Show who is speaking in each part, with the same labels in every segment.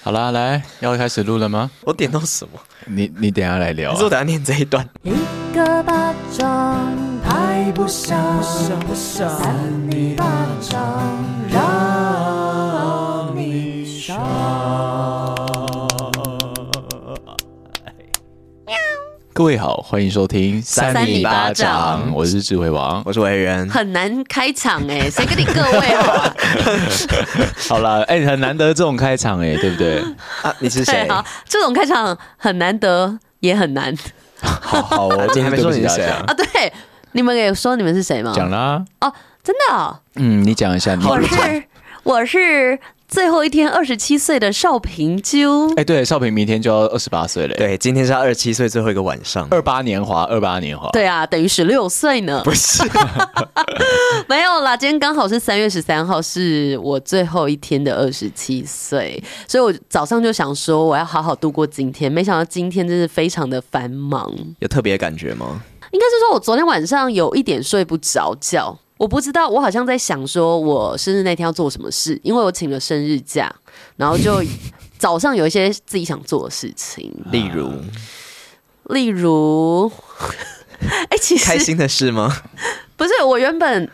Speaker 1: 好啦，来，要开始录了吗？
Speaker 2: 我点到什么？
Speaker 1: 你你等一下来聊、啊
Speaker 2: 你说我等下念这一段。
Speaker 3: 一个巴掌拍不响，三你巴掌让你爽。
Speaker 1: 各位好，欢迎收听
Speaker 3: 三里巴掌
Speaker 1: 我是智慧王。
Speaker 2: 我是维人，
Speaker 3: 很难开场哎、谁跟你各位好啊？
Speaker 1: 好啦，哎、很难得这种开场哎、对不对？
Speaker 2: 啊，你是谁
Speaker 3: 对，？好，这种开场很难得，也很难
Speaker 1: 好好， 我
Speaker 2: 你还没说你是谁啊
Speaker 1: 啊？
Speaker 3: 啊。对，你们有说你们是谁吗？
Speaker 1: 讲啦，
Speaker 3: 哦，真的哦、
Speaker 1: 嗯，你讲一下你。
Speaker 3: 我是我是最后一天二十七岁的邵平啾
Speaker 1: 哎、。对，少平明天就要二十八岁了、，
Speaker 2: 对，今天是他二十七岁最后一个晚上。
Speaker 1: 二八年华，二八年华。
Speaker 3: 对啊，等于十六岁呢。
Speaker 2: 不是，
Speaker 3: 没有啦，今天刚好是三月十三号，是我最后一天的二十七岁，所以我早上就想说我要好好度过今天，没想到今天真是非常的繁忙，应
Speaker 2: 有特别感觉吗？
Speaker 3: 该是说我昨天晚上有一点睡不着觉，我不知道，我好像在想说我生日那天要做什么事，因为我请了生日假，然后就早上有一些自己想做的事情，
Speaker 2: 例如
Speaker 3: 例如， 哎、其实
Speaker 2: 开心的事吗？
Speaker 3: 不是我原本。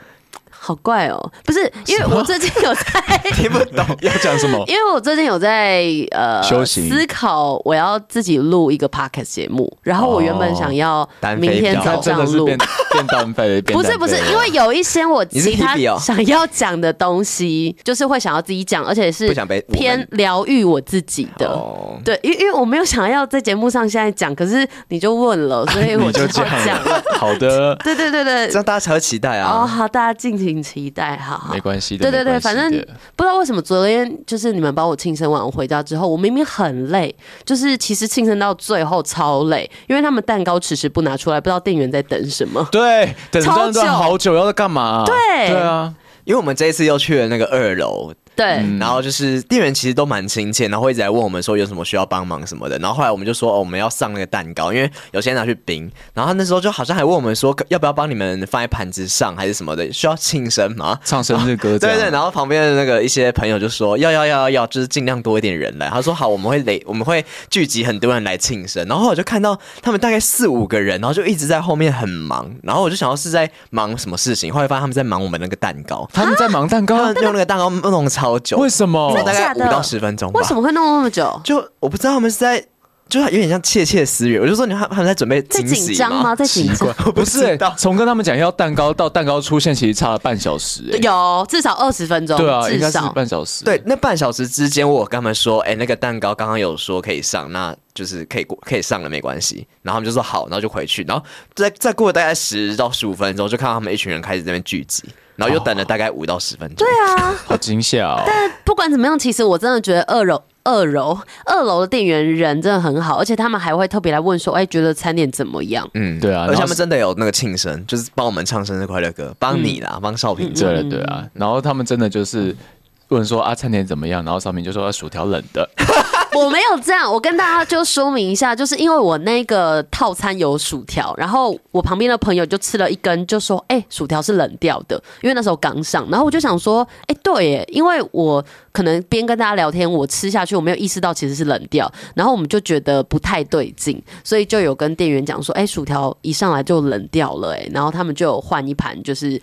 Speaker 3: 好怪哦，不是因为我最近有 在
Speaker 2: 听不懂。
Speaker 1: 要讲什么？
Speaker 3: 因为我最近有在呃
Speaker 1: 修行
Speaker 3: 思考，我要自己录一个 podcast 节目，然后我原本想
Speaker 1: 哦
Speaker 3: 要
Speaker 2: 单飞
Speaker 3: 明天
Speaker 2: 表
Speaker 1: 他
Speaker 3: 早
Speaker 1: 真
Speaker 3: 上
Speaker 1: 的是
Speaker 3: 录。
Speaker 1: 变 变单飞，变啊
Speaker 3: 不是
Speaker 1: 单
Speaker 3: 不是
Speaker 1: 飞，
Speaker 3: 因为有一些我
Speaker 2: 你是
Speaker 3: 其他
Speaker 2: Hebe 哦
Speaker 3: 想要讲的东西，就是会想要自己讲，而且是
Speaker 2: 不想被我们
Speaker 3: 偏疗愈我自己的。
Speaker 2: 哦，
Speaker 3: 对，因因为我没有想要在节目上现在讲，可是你就问了，所以我
Speaker 1: 你就这
Speaker 3: 要讲
Speaker 1: 样。。好的，
Speaker 3: 对对对对
Speaker 2: 这，样大家才会期待
Speaker 3: 哦，
Speaker 2: 啊。
Speaker 3: 好，大家敬请期待，好好
Speaker 1: 没。关系的。
Speaker 3: 对对对，
Speaker 1: 没关
Speaker 3: 反
Speaker 1: 系
Speaker 3: 正
Speaker 1: 的
Speaker 3: 不知道为什么昨天就是你们帮我庆生完，我回家之后，我明明很累，就是其实庆生到最后超累，因为他们蛋糕迟迟不拿出来，不知道店员在等什么。
Speaker 1: 对，等
Speaker 3: 超
Speaker 1: 这段
Speaker 3: 久
Speaker 1: 好久，要在干嘛啊、
Speaker 3: 对
Speaker 1: 对啊，
Speaker 2: 因为我们这一次又去了那个二楼，
Speaker 3: 对，
Speaker 2: 然后就是店员其实都蛮亲切，然后会一直来问我们说有什么需要帮忙什么的。然后后来我们就说哦，我们要上那个蛋糕，因为有些人拿去冰。然后他那时候就好像还问我们说要不要帮你们放在盘子上还是什么的，需要庆生吗？
Speaker 1: 唱生日歌这
Speaker 2: 对
Speaker 1: 样。
Speaker 2: 对，然后旁边的那个一些朋友就说要要要要要，就是尽量多一点人来。他说好，我们会累，我们会聚集很多人来庆生。然后我就看到他们大概四五个人，然后就一直在后面很忙。然后我就想要是在忙什么事情，后来发现他们在忙我们那个蛋糕，
Speaker 1: 他们在忙蛋
Speaker 2: 他
Speaker 1: 糕
Speaker 2: 们，用那个蛋糕弄超久，
Speaker 1: 为什么？
Speaker 2: 大概
Speaker 3: 假
Speaker 2: 五
Speaker 3: 的
Speaker 2: 到十分钟吧。
Speaker 3: 为什么会弄那么久？
Speaker 2: 就我不知道他们是在，就是有点像窃窃私语。我就说你他他们在准备
Speaker 3: 在
Speaker 2: 惊
Speaker 3: 紧
Speaker 2: 喜
Speaker 3: 张吗？？在紧张？
Speaker 1: 不
Speaker 2: 我不
Speaker 1: 是、
Speaker 2: 知
Speaker 1: 欸
Speaker 2: 道，，
Speaker 1: 从跟他们讲要蛋糕到蛋糕出现，其实差了半小时、欸。
Speaker 3: 有至少二十分钟，
Speaker 1: 对啊，应该
Speaker 3: 至
Speaker 1: 是
Speaker 3: 少
Speaker 1: 半小时。
Speaker 2: 对，，那半小时之间，我有跟他们说，哎、那个蛋糕刚刚有说可以上，那就是可以过，可以上了，没关系。然后他们就说好，然后就回去，然后再再过大概十到十五分钟，就看到他们一群人开始在那边聚集，然后又等了大概五到十分钟。
Speaker 3: 对啊。
Speaker 1: 好惊吓 哦！
Speaker 3: 但不管怎么样，其实我真的觉得二楼。二楼二楼的店员人真的很好，而且他们还会特别来问说：“哎、觉得餐点怎么样？”
Speaker 2: 嗯
Speaker 1: 对啊
Speaker 2: 而且
Speaker 1: 然后
Speaker 2: 他们真的有那个庆生，就是帮我们唱生日快乐歌，帮你
Speaker 3: 嗯
Speaker 2: 啦，帮少平。
Speaker 1: 对了对啊，然后他
Speaker 2: 嗯
Speaker 1: 们真的就是问说啊餐点怎么样，然后上面就说啊薯条冷的，
Speaker 3: 我没有这样，我跟大家就说明一下，就是因为我那个套餐有薯条，然后我旁边的朋友就吃了一根，就说：“哎、薯条是冷掉的，因为那时候刚上。”然后我就想说：“哎、对耶，因为我可能边跟大家聊天，我吃下去我没有意识到其实是冷掉，然后我们就觉得不太对劲，所以就有跟店员讲说：‘哎、薯条一上来就冷掉了。’哎，然后他们就有换一盘，就是。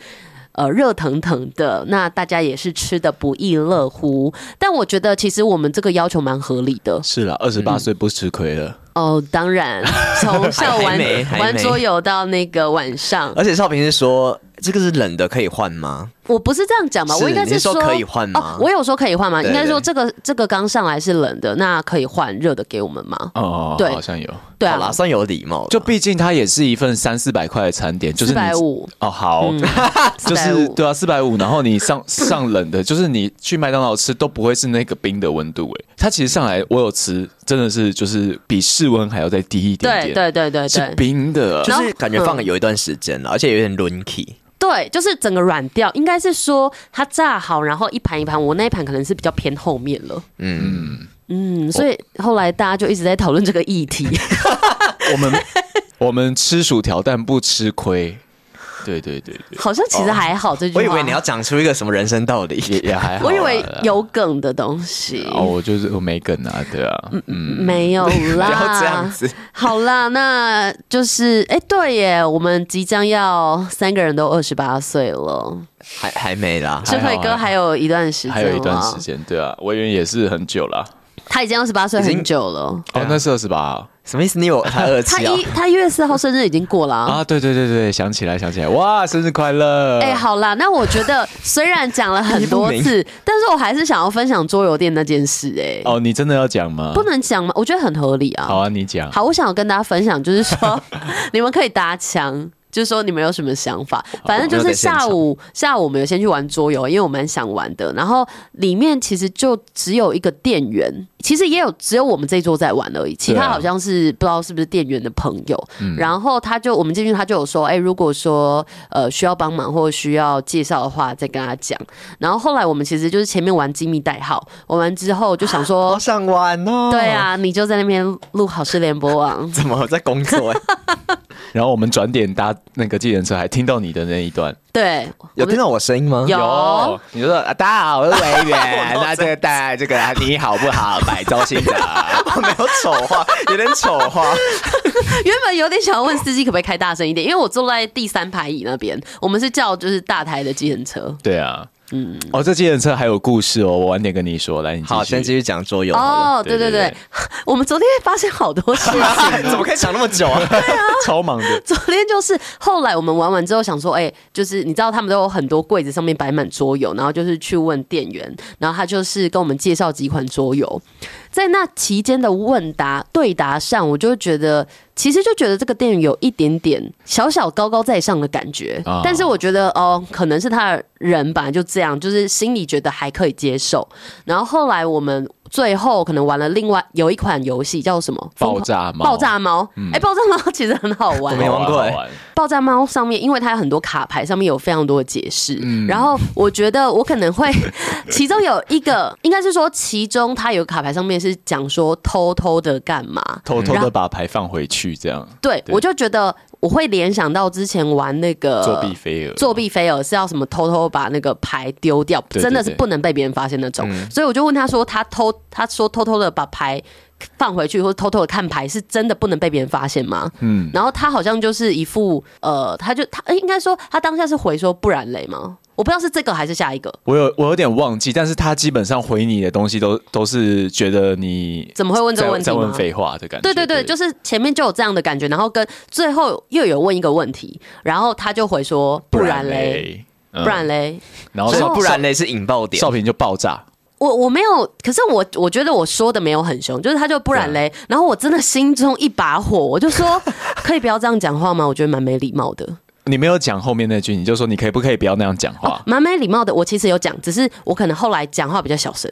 Speaker 3: 呃，热腾腾的，那大家也是吃的不亦乐乎。但我觉得其实我们这个要求蛮合理的，
Speaker 1: 是啦，二十八岁不吃亏了。
Speaker 3: 哦，当然， 从下午
Speaker 2: 还
Speaker 3: 玩
Speaker 2: 没还没呃
Speaker 3: 玩桌游到那个晚上，
Speaker 2: 而且少平是说这个是冷的，可以换吗？
Speaker 3: 我不是这样讲吧？
Speaker 2: 是
Speaker 3: 我应该
Speaker 2: 你
Speaker 3: 是
Speaker 2: 说可以换吗
Speaker 3: 哦，我有说可以换吗？
Speaker 2: 对
Speaker 3: 应该说
Speaker 2: 对
Speaker 3: 这个这个刚上来是冷的，那可以换热的给我们吗？
Speaker 1: 哦，
Speaker 3: 对
Speaker 1: 好像有。
Speaker 3: 对
Speaker 2: 好啦，
Speaker 3: 啊，
Speaker 2: 算有礼貌啦。
Speaker 1: 就毕竟它也是一份三四百块的餐点，就是
Speaker 3: 四
Speaker 1: 你
Speaker 3: 百五，
Speaker 1: 哦，好，
Speaker 3: 嗯
Speaker 1: 就
Speaker 3: 450
Speaker 1: 是对啊，四百五，然后你 上上冷的，就是你去麦当劳吃都不会是那个冰的温度诶、欸它其实上来我有吃，真的是就是比室温还要再低一点点，
Speaker 3: 对对对对
Speaker 1: 是
Speaker 3: 对
Speaker 1: 冰的，
Speaker 2: 就
Speaker 3: 然后嗯
Speaker 2: 是感觉放了有一段时间了，而且有点轮起。
Speaker 3: 对，就是整个软掉，应该是说它炸好，然后一盘一盘，我那一盘可能是比较偏后面了，
Speaker 2: 嗯，
Speaker 3: 嗯，所以后来大家就一直在讨论这个议题，
Speaker 1: 我们我们吃薯条但不吃亏，对对对对，
Speaker 3: 好像其实还好这句话。
Speaker 2: 哦我以为你要讲出一个什么人生 道理，
Speaker 1: 也也还好啦。
Speaker 3: 我以为有梗的东西。
Speaker 1: 哦，我就是我没梗啊，对啊，嗯，
Speaker 3: 没 有啦，
Speaker 2: 不要这样子。
Speaker 3: 好啦，那就是哎、对耶，我们即将要三个人都二十八岁了，
Speaker 2: 还还没啦。
Speaker 1: 还
Speaker 3: 智
Speaker 1: 好啊
Speaker 3: 慧哥还有一段时间，
Speaker 1: 还有一段时，间，对啊，我以为也是很久啦。
Speaker 3: 他已经二十八岁
Speaker 2: 已经
Speaker 3: 很久了。
Speaker 2: 对
Speaker 1: 哦
Speaker 2: 啊，
Speaker 1: 那是二十八
Speaker 2: 什么意思？你有才二
Speaker 3: 他
Speaker 2: 七啊？
Speaker 3: 一他一月四号生日已经过 了啊。
Speaker 1: 啊，对对对对，想起来想起来，哇，生日快乐！
Speaker 3: 哎、好啦，那我觉得虽然讲了很多
Speaker 2: 意不
Speaker 3: 次，但是我还是想要分享桌游店那件事、哎、
Speaker 1: 哦哦，你真的要讲吗？
Speaker 3: 不能讲吗？我觉得很合理啊。
Speaker 1: 好啊，你讲。
Speaker 3: 好，我想要跟大家分享，就 是说你们可以搭腔。就是说你们有什么想法？反正就是下午下午我们有先去玩桌游，因为我蛮想玩的。然后里面其实就只有一个店员，其实也有只有我们这一桌在玩而已，其
Speaker 1: 对
Speaker 3: 他
Speaker 1: 啊
Speaker 3: 好像是不知道是不是店员的朋友。
Speaker 2: 嗯
Speaker 3: 然后他就我们进去，他就有说，哎、如果说呃需要帮忙或需要介绍的话，再跟他讲。然后后来我们其实就是前面玩机密代号，玩完之后就想说
Speaker 2: 啊好，想玩哦。
Speaker 3: 对，啊，你就在那边录好事联播网。
Speaker 2: 怎么我在工作 欸？
Speaker 1: 然后我们转点搭那个计程车，还听到你的那一段。
Speaker 3: 对，
Speaker 2: 有听到我声音吗？
Speaker 3: 有
Speaker 1: 有，你就说啊大家好，我是维
Speaker 2: 我
Speaker 1: 园，
Speaker 2: 都
Speaker 1: 那这个大家这个你好不好？百周新长，
Speaker 2: 我没有丑话，有点丑话。
Speaker 3: 原本有点想要问司机可不可以开大声一点，因为我坐在第三排椅那边，我们是叫就是大台的计程车。
Speaker 1: 对啊，嗯，哦，这计程车还有故事哦，我晚点跟你说。来，你继续
Speaker 2: 好，先继续讲桌游好了。
Speaker 3: 哦，对对
Speaker 1: 对对
Speaker 3: 对， 我们昨天发现好多事情。
Speaker 2: 怎么可以讲那么久啊？
Speaker 1: 超忙 的。
Speaker 3: 昨天就是后来我们玩完之后想说，哎、就是你知道他们都有很多柜子上面摆满桌游，然后就是去问店员，然后他就是跟我们介绍几款桌游。在那期间的问答对答上，我就觉得其实就觉得这个店员有一点点小小高高在上的感觉，
Speaker 1: 啊
Speaker 3: 但是我觉得哦，可能是他的人本来就这样，就是心里觉得还可以接受。然后后来我们最后可能玩了另外有一款游戏叫什么？
Speaker 1: 爆炸猫嗯
Speaker 3: 爆炸猫，哎、爆炸猫其实很好玩，
Speaker 2: 我没玩过哎
Speaker 1: 好玩
Speaker 3: 爆炸猫上面，因为它有很多卡牌，上面有非常多的解释。
Speaker 1: 嗯
Speaker 3: 然后我觉得我可能会， 其中有一个，应该是说其中它有卡牌上面是讲说偷偷的干嘛。
Speaker 1: 偷偷
Speaker 3: 然
Speaker 1: 的
Speaker 3: 后
Speaker 1: 把牌放回去，这样
Speaker 3: 对，
Speaker 1: 对
Speaker 3: 我就觉得我会联想到之前玩那个
Speaker 1: 作弊飞蛾，
Speaker 3: 作弊菲尔是要什么偷偷把那个牌丢掉，
Speaker 1: 对对嗯
Speaker 3: 真的是不能被别人发现那种。所以我就问他说，他偷他说偷偷的把牌放回去，或者偷偷的看牌，是真的不能被别人发现吗？嗯，然后他好像就是一副呃，他就他诶应该说他当下是回说不然嘞吗？我不知道是这个还是下一个，
Speaker 1: 我有我有点忘记，但是他基本上回你的东西都都是觉得你
Speaker 3: 怎么会问这个
Speaker 1: 在
Speaker 3: 问题
Speaker 1: 在
Speaker 3: 吗
Speaker 1: 问废话的感觉。
Speaker 3: 对对对，就是前面就有这样的感觉，然后跟最后又有问一个问题，然后他就回说不然嘞，，
Speaker 1: 嗯
Speaker 3: 不然，嘞，
Speaker 1: 然后
Speaker 2: 所以
Speaker 1: 少
Speaker 2: 不然呢是引爆点哎
Speaker 1: 少。平就爆炸，
Speaker 3: 我我没有，可是我我觉得我说的没有很凶，就是他就不然嘞，然后我真的心中一把火，我就说 可以不要这样讲话吗？我觉得蛮没礼貌的，
Speaker 1: 你没有讲后面那句，你就说你可以不可以不要那样讲话？
Speaker 3: 蛮没礼貌的。我其实有讲，只是我可能后来讲话比较小声。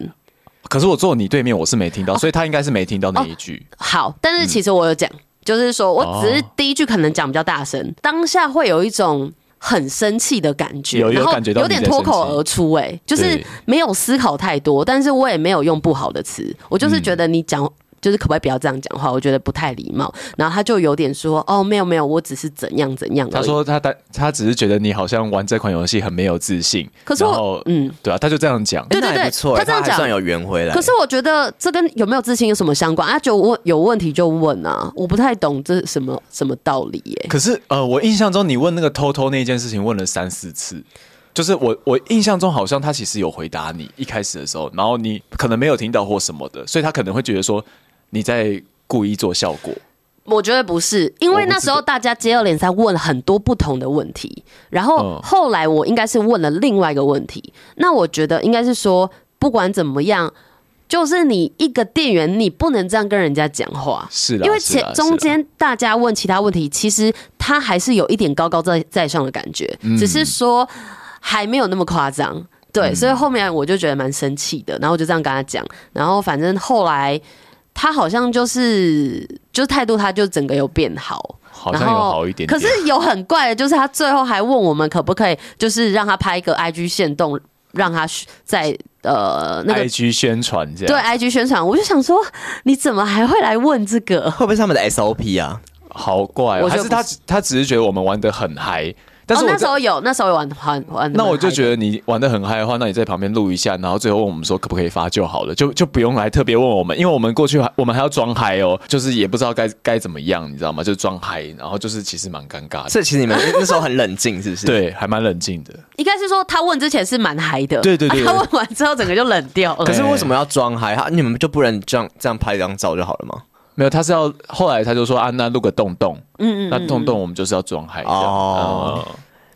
Speaker 1: 可是我坐你对面，我是没
Speaker 3: 哦
Speaker 1: 听到，所以他应该是没听到那一句。
Speaker 3: 好，但是其
Speaker 1: 嗯
Speaker 3: 实我有讲，就是说
Speaker 1: 哦
Speaker 3: 我只是第一句可能讲比较大声，当下会有一种。很生气的感觉，
Speaker 1: 有有
Speaker 3: 然后
Speaker 1: 感觉到
Speaker 3: 有点
Speaker 1: 你在
Speaker 3: 脱
Speaker 1: 生气
Speaker 3: 口而出、哎，就是
Speaker 1: 对
Speaker 3: 没有思考太多，但是我也没有用不好的词，我就是
Speaker 1: 嗯
Speaker 3: 觉得你讲。就是可不可以不要这样讲话？我觉得不太礼貌。然后他就有点说：“哦，没有没有，我只是怎样怎样。”
Speaker 1: 他，说他他他只是觉得你好像玩这款游戏很没有自信，
Speaker 3: 可是
Speaker 1: 然
Speaker 3: 我
Speaker 1: 后，
Speaker 3: 嗯，
Speaker 1: 对啊，他就这样讲。
Speaker 3: 对
Speaker 2: 那
Speaker 3: 对
Speaker 2: 还不
Speaker 3: 对
Speaker 2: 错，
Speaker 3: 他这样
Speaker 2: 还
Speaker 3: 讲
Speaker 2: 算有圆回来。
Speaker 3: 可是我觉得这跟有没有自信有什么相关啊？就问有问题就问啊，我不太懂这什么什么道理耶、
Speaker 1: 可是呃，我印象中你问那个偷偷那件事情问了三四次，就是我我印象中好像他其实有回答你一开始的时候，然后你可能没有听到或什么的，所以他可能会觉得说你在故意做效果。
Speaker 3: 我觉得不是，因为那时
Speaker 1: 我不
Speaker 3: 候
Speaker 1: 知
Speaker 3: 大家接二连三问了很多不同的问题，然后
Speaker 1: 嗯
Speaker 3: 后来我应该是问了另外一个问题。那我觉得应该是说，不管怎么样，就是你一个店员，你不能这样跟人家讲话。
Speaker 1: 是啦，
Speaker 3: 因为
Speaker 1: 是啦
Speaker 3: 前
Speaker 1: 是啊啦
Speaker 3: 中间大家问其他问题，其实他还是有一点高高在在上的感觉，
Speaker 1: 嗯
Speaker 3: 只是说还没有那么夸张。对，所以后面我就觉得蛮生气的，然后我就这样跟他讲，然后反正后来他好像就是就是态度，他就整个有变好。
Speaker 1: 好
Speaker 3: 然
Speaker 1: 像
Speaker 3: 后
Speaker 1: 有好一点点，
Speaker 3: 可是有很怪的，就是他最后还问我们可不可以，就是让他拍一个 IG 线动，让他在呃那个
Speaker 1: IG 宣传这
Speaker 3: 对
Speaker 1: 样，
Speaker 3: IG 宣传，我就想说你怎么还会来问这个？
Speaker 2: 会不会是他们的 SOP 啊？
Speaker 1: 好怪、哦，
Speaker 3: 我
Speaker 1: 还
Speaker 3: 觉得
Speaker 1: 是他
Speaker 3: 不
Speaker 1: 他只是觉得我们玩的很嗨，但
Speaker 3: 哦
Speaker 1: 是，我
Speaker 3: 那时
Speaker 1: 在、
Speaker 3: 候有，那时候有玩玩玩。
Speaker 1: 那我就觉得
Speaker 3: 得，
Speaker 1: 你玩的很嗨的话，那你在旁边录一下，然后最后问我们说可不可以发就好了，就就不用来特别问我们，因为我们过去还我们还要装嗨哦，就是也不知道该该怎么样，你知道吗？就是装嗨，然后就是其实蛮尴尬的，
Speaker 2: 所以其实你 们那时候很冷静，是不是？，
Speaker 1: 对，还蛮冷静的。
Speaker 3: 应该是说他问之前是蛮嗨的，
Speaker 1: 对对对对
Speaker 3: 啊 他问完之后整个就冷掉了。
Speaker 2: 可是为什么要装嗨？他你们就不能这样这样拍一张照就好了吗？
Speaker 1: 没有，他是要后来他就说啊，那录个洞洞，嗯嗯那洞洞我们就是要装嗨这样。
Speaker 2: 哦
Speaker 1: 哦、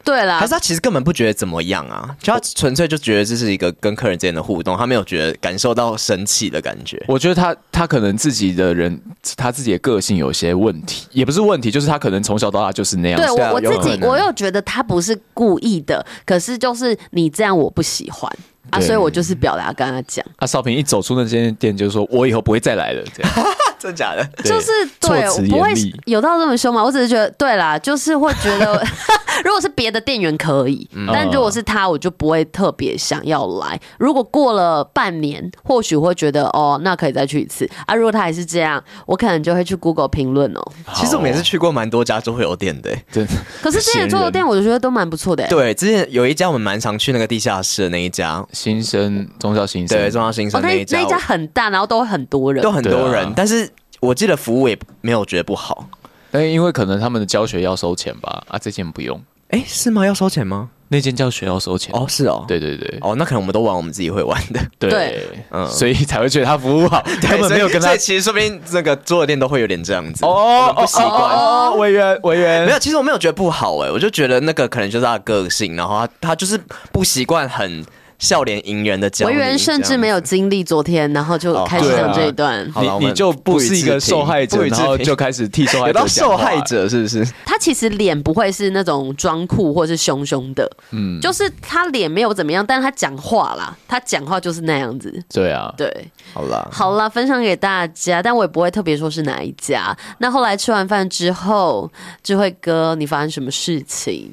Speaker 3: 对啦
Speaker 2: 还是，他其实根本不觉得怎么样啊？就他纯粹就觉得这是一个跟客人之间的互动，他没有觉得感受到生气的感觉。
Speaker 1: 我觉得他他可能自己的人，他自己的个性有些问题，也不是问题，就是他可能从小到大就是那样。
Speaker 3: 对
Speaker 2: 是啊
Speaker 3: 我我
Speaker 2: 有
Speaker 3: 自
Speaker 2: 可
Speaker 3: 己
Speaker 2: 能
Speaker 3: 我有觉得他不是故意的，可是就是你这样我不喜欢啊，
Speaker 1: 对
Speaker 3: 所以我就是表达跟他讲，
Speaker 1: 啊，少平一走出那间店，就说我以后不会再来了， 这样。
Speaker 2: 真假的？
Speaker 1: 对
Speaker 3: 就是
Speaker 1: 措
Speaker 3: 对，我
Speaker 1: 辞
Speaker 3: 不会
Speaker 1: 严厉。
Speaker 3: 有到这么凶嘛，我只是觉得对啦，就是会觉得 如果是别的店员可以，
Speaker 1: 嗯
Speaker 3: 但如果是他，我就不会特别想要来。如果过了半年，或许会觉得哦，那可以再去一次啊。如果他还是这样，我可能就会去 Google 评论哦。
Speaker 2: 其实我们也是去过蛮多家桌游店的欸、
Speaker 1: 真的
Speaker 3: 可是之前做的店，我觉得都蛮不错的、欸。
Speaker 2: 对，之前有一家我们蛮常去那个地下室的那一家，
Speaker 1: 新生宗教新生，
Speaker 2: 对，中央新
Speaker 3: 哦，
Speaker 2: 生
Speaker 3: 那
Speaker 2: 一家，
Speaker 3: 那一家很大，然后都会很多人
Speaker 2: 都。很多人，
Speaker 1: 对啊
Speaker 2: 但是我记得服务也没有觉得不好。
Speaker 1: 但因为可能他们的教学要收钱吧，啊，这间不用，
Speaker 2: 哎，是吗？要收钱吗？
Speaker 1: 那间教学要收钱。
Speaker 2: 哦，是哦，，
Speaker 1: 对对对
Speaker 2: 哦，那可能我们都玩我们自己会玩的，
Speaker 1: 对
Speaker 3: 对，
Speaker 2: 嗯
Speaker 1: 所以才会觉得他服 务好，根本没有跟
Speaker 2: 所
Speaker 1: 他
Speaker 2: 以。其实说不定这个桌游店都会有点这样子，
Speaker 1: 哦
Speaker 2: 我们不习惯。
Speaker 1: 哦，委员委员
Speaker 2: 没有，其实我没有觉得不好哎、我就觉得那个可能就是他的个性，然后他他就是不习惯很笑脸迎人的教
Speaker 3: 维
Speaker 2: 你。
Speaker 3: 园甚至没有经历昨天，然后就开始
Speaker 1: 哦对啊
Speaker 3: 讲这一段。
Speaker 2: 好啦我
Speaker 1: 你
Speaker 2: 们
Speaker 1: 你就
Speaker 2: 不
Speaker 1: 不
Speaker 2: 予
Speaker 1: 是一
Speaker 2: 置
Speaker 1: 个
Speaker 2: 评
Speaker 1: 受害者，
Speaker 2: 不予置
Speaker 1: 然后
Speaker 2: 评
Speaker 1: 就开始替受
Speaker 2: 这样
Speaker 1: 害
Speaker 2: 有
Speaker 1: 者
Speaker 2: 到
Speaker 1: 讲
Speaker 2: 受
Speaker 1: 话
Speaker 2: 害。者是不是？
Speaker 3: 他其实脸不会是那种装酷或是凶凶的，嗯，就是他脸没有怎么样，但是他讲话啦，他讲话就是那样子。
Speaker 1: 对啊，
Speaker 3: 对，
Speaker 2: 好啦，
Speaker 3: 好啦，分享给大家，但我也不会特别说是哪一家。那后来吃完饭之后，智慧哥，你发生什么事情？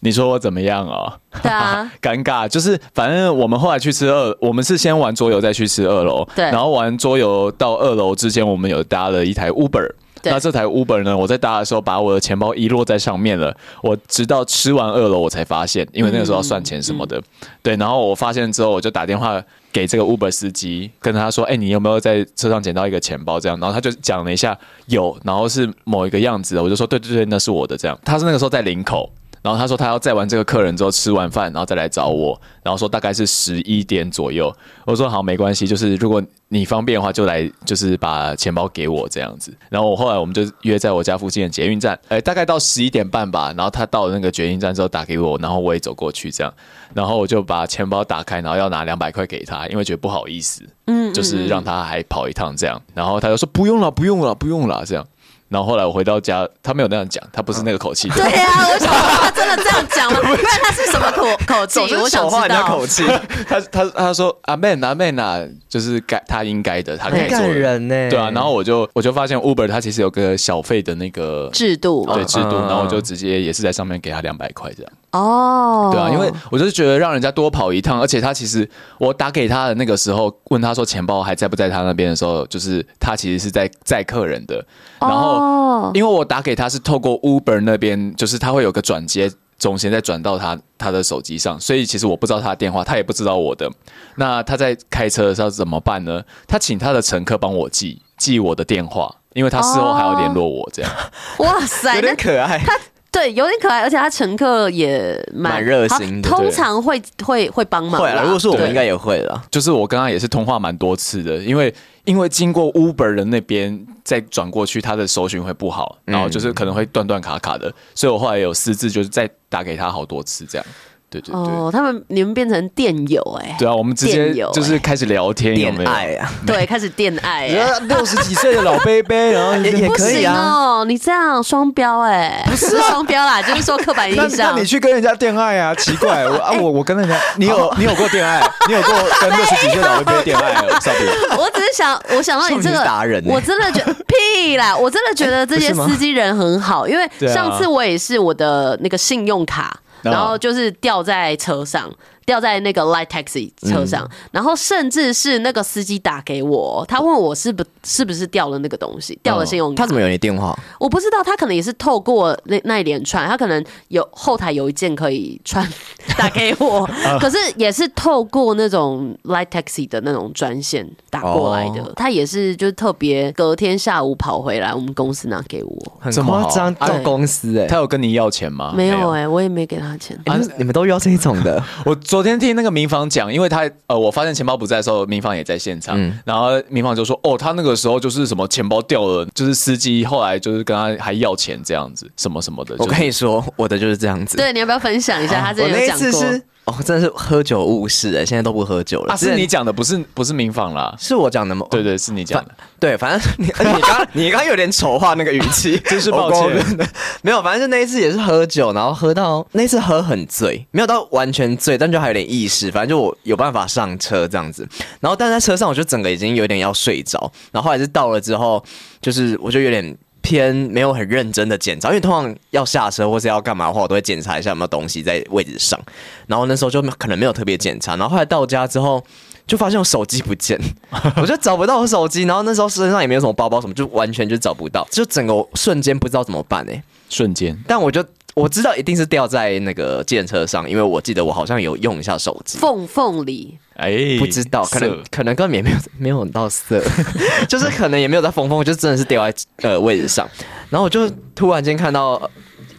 Speaker 1: 你说我怎么样哦？
Speaker 3: 对啊，
Speaker 1: 尴尬，就是反正我们后来去吃二，我们是先玩桌游再去吃二楼，
Speaker 3: 对
Speaker 1: 然后玩桌游到二楼之间，我们有搭了一台 Uber。
Speaker 3: 对
Speaker 1: 那这台 Uber 呢？我在搭的时候把我的钱包遗落在上面了。我直到吃完二楼我才发现，因为那个时候要算钱什么的。对，然后我发现之后，我就打电话给这个 Uber 司机，跟他说：“哎、你有没有在车上捡到一个钱包？”这样，然后他就讲了一下，有，然后是某一个样子的，我就说：“对对对，那是我的。”这样，他是那个时候在林口，然后他说他要载完这个客人之后吃完饭，然后再来找我，然后说大概是十一点左右。我说好，没关系，就是如果你方便的话，就来就是把钱包给我这样子。然后我后来我们就约在我家附近的捷运站，哎，大概到十一点半吧。然后他到了那个捷运站之后打给我，然后我也走过去这样，然后我就把钱包打开，然后要拿两百块给他，因为觉得不好意思，嗯，就是让他还跑一趟这样。然后他就说不用了，不用了，不用了这样。然后后来我回到家，他没有那样讲，他不是那个口气的。
Speaker 3: 对啊，我想说他真的这样讲吗？那他是什么口口
Speaker 2: 总
Speaker 3: 气？
Speaker 2: 是
Speaker 3: 我想
Speaker 2: 丑化
Speaker 3: 知
Speaker 2: 人家
Speaker 3: 道
Speaker 2: 口。 气，
Speaker 1: 他他 他说阿妹阿妹呐，就是该他应该的，他该
Speaker 2: 很
Speaker 1: 做
Speaker 2: 感
Speaker 1: 的。
Speaker 2: 人欸呢、
Speaker 1: 对啊，然后我就我就发现 Uber 它其实有个小费的那个
Speaker 3: 制度
Speaker 1: 对制度，
Speaker 2: 嗯
Speaker 1: 然后我就直接也是在上面给他两百块这样。
Speaker 3: 哦，
Speaker 1: 对啊，因为我就是觉得让人家多跑一趟，而且他其实我打给他的那个时候，问他说钱包还在不在他那边的时候，就是他其实是在载客人的，然后
Speaker 3: 哦
Speaker 1: 因为我打给他是透过 Uber 那边，就是他会有个转接中心再转到他他的手机上，所以其实我不知道他的电话，他也不知道我的。那他在开车的时候怎么办呢？他请他的乘客帮我记记我的电话，因为他事后还要联络我这样。
Speaker 3: 哇塞，
Speaker 2: 有
Speaker 3: 那
Speaker 2: 点可爱。
Speaker 3: 对，有点可爱，而且他乘客也蛮
Speaker 2: 蛮热心的
Speaker 3: 他
Speaker 2: 对
Speaker 3: 通常会会会帮忙
Speaker 2: 会啊，
Speaker 3: 啦。
Speaker 2: 如果是我们
Speaker 3: 对
Speaker 2: 应该也会了。
Speaker 1: 就是我跟他也是通话蛮多次的，因为因为经过 Uber 的那边再转过去，他的搜寻会不好，然后就是可能会断断卡卡的，所以我后来有私自就是再打给他好多次这样。对对对。
Speaker 3: 哦，他们你们变成电友哎、
Speaker 1: 对啊，我们直接
Speaker 3: 电友
Speaker 1: 就是开始聊天，有
Speaker 2: 恋
Speaker 1: 没有？
Speaker 2: 爱 啊，
Speaker 3: 对，开始恋爱、哎
Speaker 1: 啊六十几岁的老贝贝，然后
Speaker 2: 也 也
Speaker 3: 不
Speaker 2: 可以
Speaker 3: 行
Speaker 2: 啊。
Speaker 3: 哦，你这样双标哎、不是 双标啦，就是说刻板印象。
Speaker 1: 去跟人家恋爱啊？奇怪，我啊我我跟人 家，你有
Speaker 3: 哦
Speaker 1: 你有过恋爱？你有过跟六十几岁老贝贝恋爱？啊少平，
Speaker 3: 我只是想，我想到你这
Speaker 2: 少
Speaker 3: 个
Speaker 2: 女达人欸哎
Speaker 3: 我真的觉得屁 啦，我真的觉得这些
Speaker 2: 不是吗
Speaker 3: 司机人很好，因为
Speaker 1: 对啊
Speaker 2: 哦
Speaker 3: 上次我也是我的那个信用卡。
Speaker 1: 啊
Speaker 3: 然后就是掉在车上，掉在那个 light taxi 车上，
Speaker 2: 嗯
Speaker 3: 然后甚至是那个司机打给我，他问我是不是不是掉了那个东西，掉了信用卡。
Speaker 2: 他怎么有你电话？
Speaker 3: 我不知道，他可能也是透过那那一连串，他可能有后台有一件可以传打给 我，
Speaker 2: 啊
Speaker 3: 可是也是透过那种 Light Taxi 的那种专线打过来的。
Speaker 2: 哦
Speaker 3: 他也是就是特别隔天下午跑回来我们公司拿给我，
Speaker 2: 很
Speaker 1: 这么
Speaker 2: 夸
Speaker 1: 好
Speaker 2: 张，
Speaker 1: 哎
Speaker 2: 到公司哎、
Speaker 1: 他有跟你要钱吗？
Speaker 3: 没有哎、我也没给他钱。
Speaker 2: 哎你们你们都遇到这一种的，
Speaker 1: 我昨天听那个民房讲，因为他呃，我发现钱包不在的时候，民房也在现场，
Speaker 2: 嗯
Speaker 1: 然后民房就说，哦，他那个时候就是什么钱包掉了，就是司机后来就是跟他还要钱这样子，什么什么的。
Speaker 2: 我
Speaker 1: 就是
Speaker 2: 跟你说，我的就是这样子。
Speaker 3: 对，你要不要分享一下？他之
Speaker 2: 啊我
Speaker 3: 前
Speaker 2: 那
Speaker 3: 有
Speaker 2: 一
Speaker 3: 讲
Speaker 2: 次
Speaker 3: 过，
Speaker 2: 是哦，真的是喝酒误事哎、现在都不喝酒了。
Speaker 1: 啊，是
Speaker 2: 之前哦
Speaker 1: 你讲的，不是不是民房啦，
Speaker 2: 是我讲的吗？
Speaker 1: 对对，是你讲
Speaker 2: 反
Speaker 1: 的。
Speaker 2: 对，反正你 你刚你刚有点丑化那个语气，
Speaker 1: 真是抱
Speaker 2: 我
Speaker 1: 歉
Speaker 2: 跟我，没有，反正就那一次也是喝酒，然后喝到那次喝很醉，没有到完全醉，但就还有点意识，反正就我有办法上车这样子。然后但在车上我就整个已经有点要睡着，然后后来是到了之后，就是我就有点。偏没有很认真的检查，因为通常要下车或是要干嘛的话，我都会检查一下有没有东西在位置上。然后那时候就可能没有特别检查，然后后来到家之后就发现我手机不见，我就找不到我手机，然后那时候身上也没有什么包包什么，就完全就找不到，就整个瞬间不知道怎么办哎、
Speaker 1: 瞬间，
Speaker 2: 但我就我知道一定是掉在那个电车上，因为我记得我好像有用一下手机。
Speaker 3: 凤凤梨，
Speaker 1: 哎，
Speaker 2: 不知道，可能
Speaker 1: 色
Speaker 2: 可能根本也没有没有到色，就是可能也没有在缝缝，就真的是掉在呃位置上。然后我就突然间看到，呃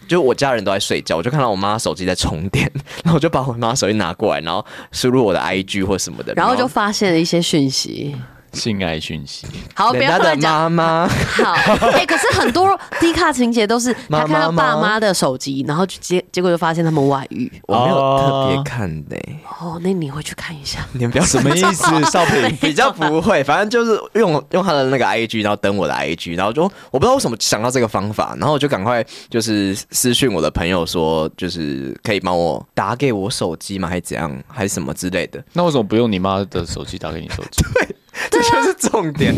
Speaker 2: 就我家人都在睡觉，我就看到我妈手机在充电， 然后我就把我妈手机拿过来，然后输入我的 IG 或什么的，
Speaker 3: 然后就发现了一些讯息。
Speaker 1: 性爱讯息，
Speaker 3: 好，不
Speaker 2: 人
Speaker 3: 要
Speaker 2: 家的
Speaker 3: 乱
Speaker 2: 妈
Speaker 3: 讲。
Speaker 2: 妈，
Speaker 3: 好，哎、可是很多低卡情节都是他看到爸妈的手机，然后就结结果就发现他们外遇。
Speaker 2: 我没有特别看欸呢、
Speaker 3: 哦，那你会去看一下。
Speaker 2: 你们不要
Speaker 1: 什么意 思？少平，
Speaker 2: 比较不会，反正就是用用他的那个 IG，然后登我的 IG，然后就我不知道为什么想到这个方法，然后我就赶快就是私讯我的朋友说，就是可以帮我打给我手机吗？还是怎样？还是什么之 类的？
Speaker 1: 那为什么不用你妈的手机打给你手 机？
Speaker 2: 这就是重点。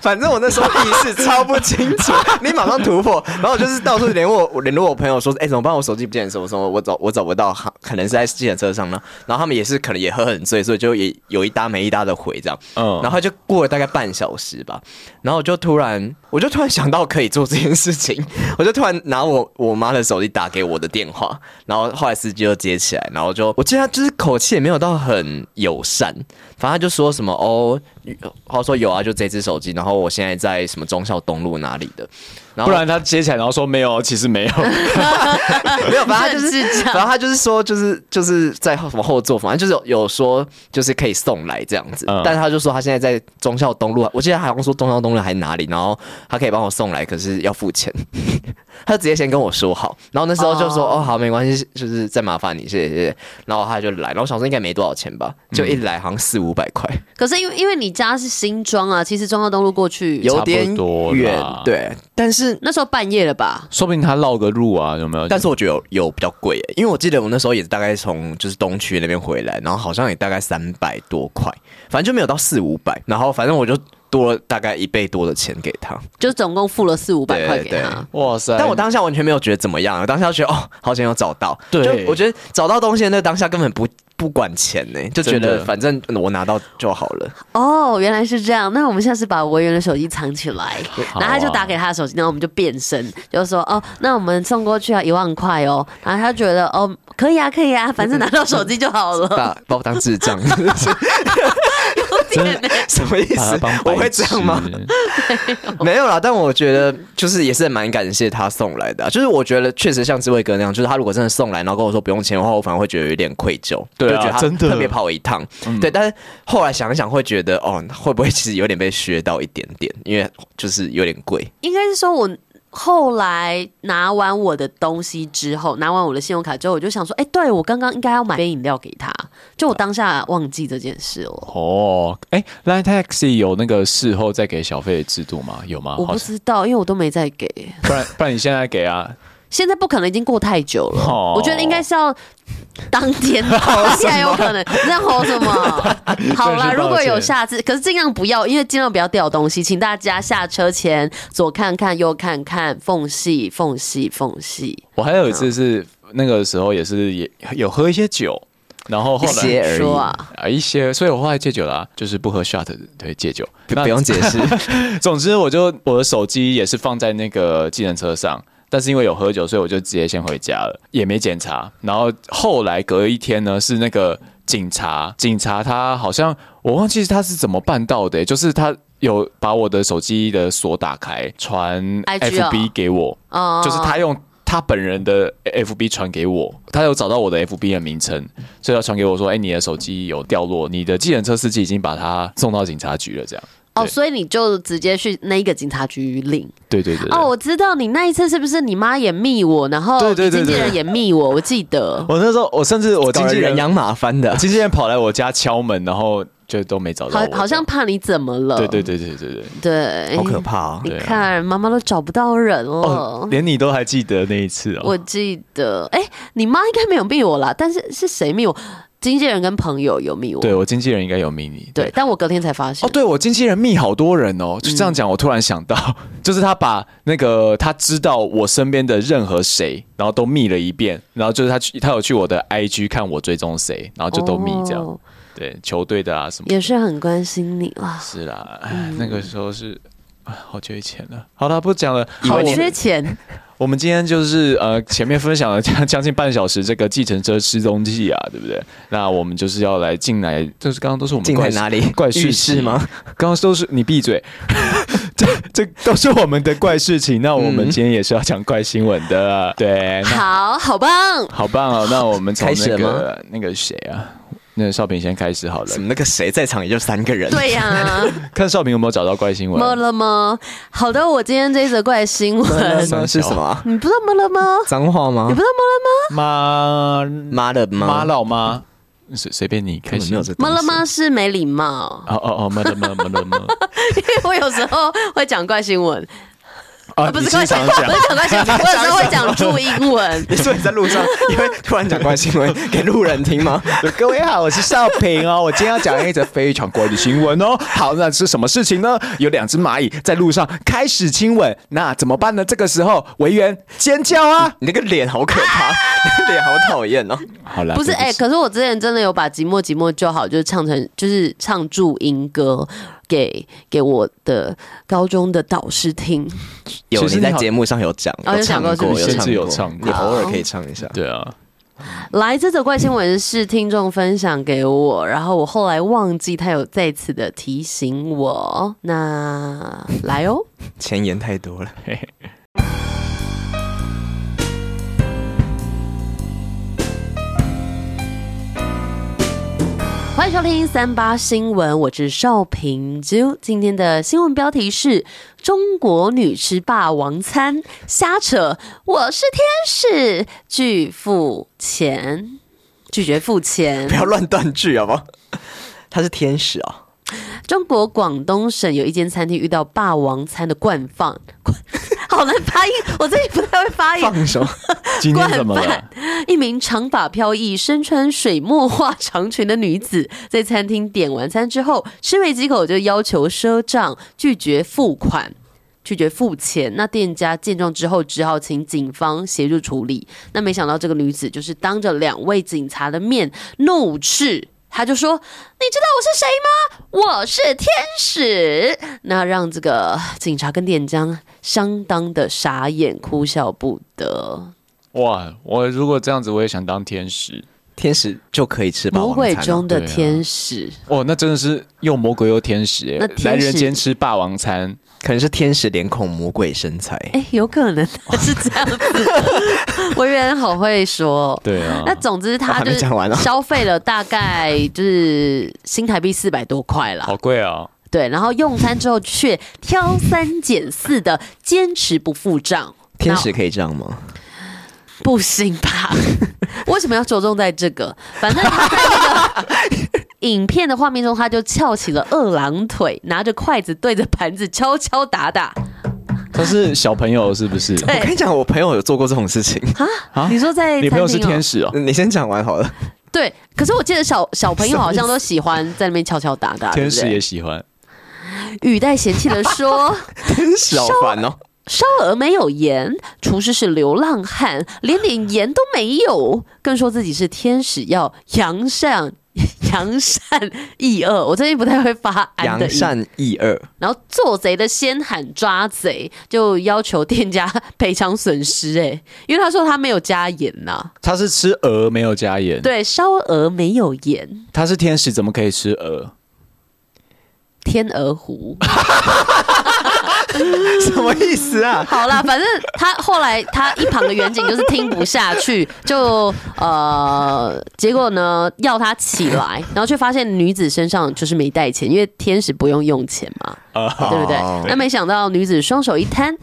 Speaker 2: 反正我那时候意识超不清楚，你马上突破，然后我就是到处联络我联络我朋友说，哎、怎么办？我手机不见了，什么什么，我找我找不到，哈可能是在计程车上呢。然后他们也是可能也喝很醉，所以就也有一搭没一搭的回这样。
Speaker 1: 嗯
Speaker 2: 嗯，然后就过了大概半小时吧，然后我就突然我就突然想到可以做这件事情， 我就突然拿我我妈的手机打给我的电话，然后后来司机就接起来，然后就我记得他就是口气也没有到很友善，反正他就说什么哦，他说有啊，就这只手机，然后我现在在什么忠孝东路哪里的，然
Speaker 1: 不
Speaker 2: 后
Speaker 1: 然他接起来然后说没有，其实没 有。
Speaker 2: 没有，反 正他就是
Speaker 3: 很智障
Speaker 2: 反正他就是说，就是就是在什么后座，反正就是有有说就是可以送来这样子，
Speaker 1: 嗯
Speaker 2: 但是他就说他现在在忠孝东路，我记得他好像说忠孝东路还哪里，然后他可以帮我送来，可是要付钱， 他直接先跟我说好，然后那时候就说
Speaker 1: 嗯
Speaker 3: 哦
Speaker 2: 哦好没关系，就是再麻烦你谢谢谢谢，然后他就来，然后我想说应该没多少钱吧，就一来好像四五百块，
Speaker 1: 嗯
Speaker 3: 可是因为因为你家是新庄啊，其实中央东路过去
Speaker 1: 差
Speaker 2: 有
Speaker 1: 不
Speaker 2: 点
Speaker 1: 多
Speaker 2: 远
Speaker 1: 啦，
Speaker 2: 对，但是
Speaker 3: 那时候半夜了吧？
Speaker 1: 说不定他绕个路啊，有没有？
Speaker 2: 但是我觉得有有比较贵耶，因为我记得我那时候也是大概从就是东区那边回来，然后好像也大概三百多块，反正就没有到四五百，然后反正我就多了大概一倍多的钱给他，
Speaker 3: 就总共付了四五百块给
Speaker 2: 对
Speaker 3: 他。
Speaker 1: 哇塞！
Speaker 2: 但我当下完全没有觉得怎么样，我当下就觉得哦，好险有找到，
Speaker 1: 对
Speaker 2: 就我觉得找到东西的那个当下根本不不管钱呢，就觉
Speaker 1: 真的
Speaker 2: 得反正我拿到就好了，
Speaker 3: 哦，原来是这样。那我们下次把维园的手机藏起来，
Speaker 1: 好啊
Speaker 3: 然后他就打给他的手机，然后我们就变身，就说哦，那我们送过去要一万块哦。然后他觉得哦，可以啊，可以啊，反正拿到手机就好了。
Speaker 2: 把把我当智障
Speaker 3: 有点欸
Speaker 2: 什么意
Speaker 1: 把他
Speaker 2: 思
Speaker 1: 当？白
Speaker 2: 我会这样吗？
Speaker 1: 痴
Speaker 2: 没有啦，但我觉得就是也是蛮感谢他送来的啊、就是我觉得确实像智慧哥那样，就是他如果真的送来，然后跟我说不用钱的话，我反而会觉得有点愧疚，
Speaker 1: 对啊
Speaker 2: 就觉得他
Speaker 1: 真的嗯
Speaker 2: 特别跑一趟，对。但是后来想一想，会觉得哦，会不会其实有点被削到一点点，因为就是有点贵，
Speaker 3: 应该是说我后来拿完我的东西之后，拿完我的信用卡之后，我就想说，哎、对我刚刚应该要买杯饮料给他，就我当下忘记这件事了。
Speaker 1: 哦，哎，Line Taxi 有那个事后再给小费的制度吗？有吗？
Speaker 3: 我
Speaker 1: 好
Speaker 3: 不
Speaker 1: 像
Speaker 3: 知道，因为我都没再给。
Speaker 1: 不然不然你现在给啊？
Speaker 3: 现在不可能，已经过太久了。
Speaker 1: 哦
Speaker 3: 我觉得应该是要当天吼，现在有可能。你在吼什 么？好
Speaker 1: 真是抱
Speaker 3: 啦，
Speaker 1: 歉
Speaker 3: 如果有下次，可是尽量不要，因为尽量不要掉东西，请大家下车前左看看右看看，缝隙缝隙缝隙。
Speaker 1: 我还有一次是那个时候也是也有喝一些酒，然后后
Speaker 2: 一些
Speaker 1: 来
Speaker 2: 而已
Speaker 3: 说啊，
Speaker 1: 啊一些，所以我后来戒酒啦、啊就是不喝 shot 的对戒酒，
Speaker 2: 不
Speaker 1: 那
Speaker 2: 不用解释。
Speaker 1: 总之，我就我的手机也是放在那个计程车上，但是因为有喝酒，所以我就直接先回家了，也没检查。然后后来隔一天呢，是那个警察，警察他好像我忘记他是怎么办到的、就是他有把我的手机的锁打开，传
Speaker 3: IG 哦
Speaker 1: FB 给我，
Speaker 3: 哦
Speaker 1: 就是他用。他本人的 FB 传给我，他有找到我的 FB 的名称，所以他传给我说：“哎、你的手机有掉落，你的计程车司机已经把他送到警察局了。”这样，
Speaker 3: 哦，
Speaker 1: 对
Speaker 3: 所以你就直接去那个警察局领
Speaker 1: 对对对对
Speaker 3: 哦。我知道你那一次是不是你妈也密我，然后
Speaker 1: 对对
Speaker 3: 你
Speaker 1: 对
Speaker 3: 经纪
Speaker 1: 对
Speaker 3: 人也密我，我记得。
Speaker 1: 我那时候，我甚至 我经
Speaker 2: 经纪
Speaker 1: 纪
Speaker 2: 人
Speaker 1: 人，
Speaker 2: 养马翻的，
Speaker 1: 经纪人跑来我家敲门，然后就都没找到
Speaker 3: 好
Speaker 1: 我，，
Speaker 3: 好像呃怕你怎么了？
Speaker 1: 对对对对对对，
Speaker 3: 对，
Speaker 2: 好可怕哦！
Speaker 3: 你
Speaker 1: 对啊
Speaker 3: 看，妈妈都找不到人了。
Speaker 1: 哦，连你都还记得那一次哦，
Speaker 3: 呃我记得，哎、你妈应该没有密我啦，但是是谁密我？经纪人跟朋友有密我，
Speaker 1: 对我经纪人应该有迷你，
Speaker 3: 对，嗯但我隔天才发现，
Speaker 1: 哦，对我经纪人密好多人哦，就这样讲，我突然想到， 就是他把那个他知道我身边的任何谁，然后都密了一遍，然后就是他去他有去我的 IG 看我追踪谁，然后就都密这样，
Speaker 3: 哦
Speaker 1: 对球队的啊什么的
Speaker 3: 也嗯是很关心你啦。
Speaker 1: 是啦，哎，那个时候是。哎好久以前了。好了，不讲了。好
Speaker 3: 好
Speaker 1: 我们
Speaker 3: 缺钱，
Speaker 1: 我们今天就是呃，前面分享了将将近半小时这个计程车失踪记啊，对不对？那我们就是要来进来，就是刚刚都是我们
Speaker 2: 进
Speaker 1: 怪
Speaker 2: 来
Speaker 1: 事
Speaker 2: 哪里？
Speaker 1: 怪
Speaker 2: 浴
Speaker 1: 事
Speaker 2: 室
Speaker 1: 情
Speaker 2: 吗？？
Speaker 1: 刚刚都是你闭嘴， 这这都是我们的怪事情。那我们今天也是要讲怪新闻的，对，那
Speaker 3: 好好棒。
Speaker 1: 好棒哦。那我们从
Speaker 2: 开始
Speaker 1: 那
Speaker 2: 了吗
Speaker 1: 个那个谁啊，那个少平先开始好了
Speaker 2: 什，么那个谁在场也就三个人，
Speaker 3: 对呀、
Speaker 1: 看少平有没有找到怪新闻。
Speaker 3: 么了吗？好的，我今天这一则怪新闻，
Speaker 2: 什么是什么啊？
Speaker 3: 你不知道么了吗？
Speaker 2: 脏话吗
Speaker 3: 你不？知道
Speaker 1: 妈
Speaker 2: 妈的吗？
Speaker 1: 妈老妈，随随便你开
Speaker 2: 根本
Speaker 1: 始。
Speaker 2: 没有这
Speaker 3: 么了吗？么
Speaker 2: 东
Speaker 3: 了
Speaker 2: 西
Speaker 3: 吗？是没礼貌，
Speaker 1: 哦哦哦，妈的妈的妈的妈的！
Speaker 3: 因为我有时候会讲怪新闻，
Speaker 1: 啊
Speaker 3: 啊，不
Speaker 1: 你
Speaker 3: 是
Speaker 1: 经
Speaker 3: 怪新
Speaker 1: 常
Speaker 3: 闻，
Speaker 1: 讲
Speaker 3: 不是讲怪新闻，我有时候会讲注英 文。
Speaker 2: 你说你在路上，因为突然讲怪新闻 给路人听吗？
Speaker 1: 各位好，我是少平哦。我今天要讲一则非常怪的新闻哦。好，那是什么事情呢？有两只蚂蚁在路上开始亲吻，那怎么办呢？这个时候，维园尖叫啊！
Speaker 2: 你那个脸好可 怕，你的脸好讨厌哦。
Speaker 1: 嗯好了，
Speaker 3: 不是
Speaker 1: 啊对
Speaker 3: 哎、
Speaker 1: 起
Speaker 3: 可是我之前真的有把《寂寞寂寞就好》就是唱成就是唱注音歌给给我的高中的导师听，
Speaker 2: 有
Speaker 1: 其实
Speaker 2: 你
Speaker 1: 你
Speaker 2: 在
Speaker 1: 好
Speaker 2: 节目上有讲，
Speaker 3: 哦有讲过
Speaker 2: 过，
Speaker 3: 是不是
Speaker 1: 甚至有唱过
Speaker 2: 你偶尔可以唱一下。
Speaker 1: 对啊，
Speaker 3: 来，这则怪新闻是听众分享给我，然后我后来忘记他有再次的提醒我。那来哦，
Speaker 2: 前言太多了，
Speaker 3: 欢迎收听三八新闻，我是邵平啾。今天的新闻标题是：中国女吃霸王餐，瞎扯，我是天使，拒付钱，拒绝付 钱
Speaker 2: 不。要乱断句好不好？他是天使哦，
Speaker 3: 中国广东省有一间餐厅遇到霸王餐的惯放，惯 好难发音，我自己不太会发音。
Speaker 2: 放 手。
Speaker 1: 今天怎么
Speaker 3: 惯
Speaker 1: 了
Speaker 3: 犯？一名长发飘逸、身穿水墨画长裙的女子，在餐厅点完餐之后，吃没几口就要求赊账，拒绝付款。拒绝付钱，那店家见状之后，只好请警方协助处理。那没想到这个女子就是当着两位警察的面怒斥，她就说：“你知道我是谁吗？我是天使。”那让这个警察跟店家相当的傻眼，哭笑不得。
Speaker 1: 哇，我如果这样子，我也想当天使。
Speaker 2: 天使就可以吃霸
Speaker 3: 魔
Speaker 2: 王
Speaker 3: 鬼
Speaker 2: 餐啊
Speaker 3: 中的
Speaker 1: 对啊
Speaker 3: 天使，
Speaker 1: 哦，那真的是又魔鬼又天使
Speaker 3: 那
Speaker 1: 哎，
Speaker 3: 天
Speaker 1: 来
Speaker 3: 使
Speaker 1: 人间吃霸王餐。
Speaker 2: 可能是天使脸孔魔鬼身材。
Speaker 3: 哎、有 可能是这样子。 我原好会说、
Speaker 1: 对啊，
Speaker 3: 那总之
Speaker 2: 我
Speaker 3: 他
Speaker 2: 还
Speaker 3: 就
Speaker 2: 没
Speaker 3: 是
Speaker 2: 讲完哦
Speaker 3: 消费了大概就是新台币四百多块啦
Speaker 1: 好，贵啊！
Speaker 3: 对，然后用餐之后却挑三拣四的坚持不付账，
Speaker 2: 天使可以这样吗？
Speaker 3: 那不行 吧？为什么要着重在这个？反正他在那个影片的画面中，他就翘起了饿狼腿，拿着筷子对着盘子敲敲打打。
Speaker 1: 他是小朋友是不是？
Speaker 3: 对
Speaker 2: 我跟你讲，我朋友有做过这种事 情。
Speaker 1: 啊
Speaker 3: 你说在
Speaker 1: 你朋友是
Speaker 3: 餐厅哦
Speaker 1: 天使哦，
Speaker 2: 你先讲完好了。
Speaker 3: 对，可是我记 得小小朋友好像都喜欢在那边敲敲打打，
Speaker 1: 天使
Speaker 3: 啊对
Speaker 1: 也
Speaker 3: 不
Speaker 1: 喜欢。
Speaker 3: 对语带嫌弃的说
Speaker 2: 天使好烦哦，：“
Speaker 3: 烧鹅没有盐，厨师是流浪汉，连点盐都没有，更说自己是天使，要扬善 扬善抑恶。我最近不太会发安的
Speaker 2: 扬
Speaker 3: 音
Speaker 2: 善抑恶，
Speaker 3: 然后做贼的先喊抓贼，就要求店家赔偿损失、欸。哎，因为他说他没有加盐呐、
Speaker 1: 他是吃鹅没有加盐，
Speaker 3: 对，烧鹅没有盐，
Speaker 1: 他是天使，怎么可以吃鹅？
Speaker 3: 天鹅湖。
Speaker 2: 什么意思啊？
Speaker 3: 好啦，反正他后来他一旁的远景就是听不下去，就呃，结果呢要他起来，然后却发现女子身上就是没带钱，因为天使不用用钱嘛，对不对？那没想到女子双手一摊，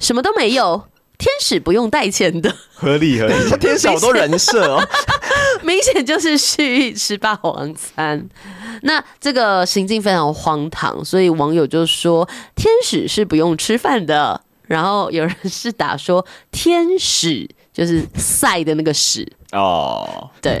Speaker 3: 什么都没有。天使不用带钱的，
Speaker 1: 合理合理。
Speaker 2: 天使好多人设哦，
Speaker 3: 明显就是蓄意吃霸王餐。那这个行径非常荒唐，所以网友就说天使是不用吃饭的。然后有人是打说天使就是晒的那个屎，
Speaker 1: 哦，
Speaker 3: 对。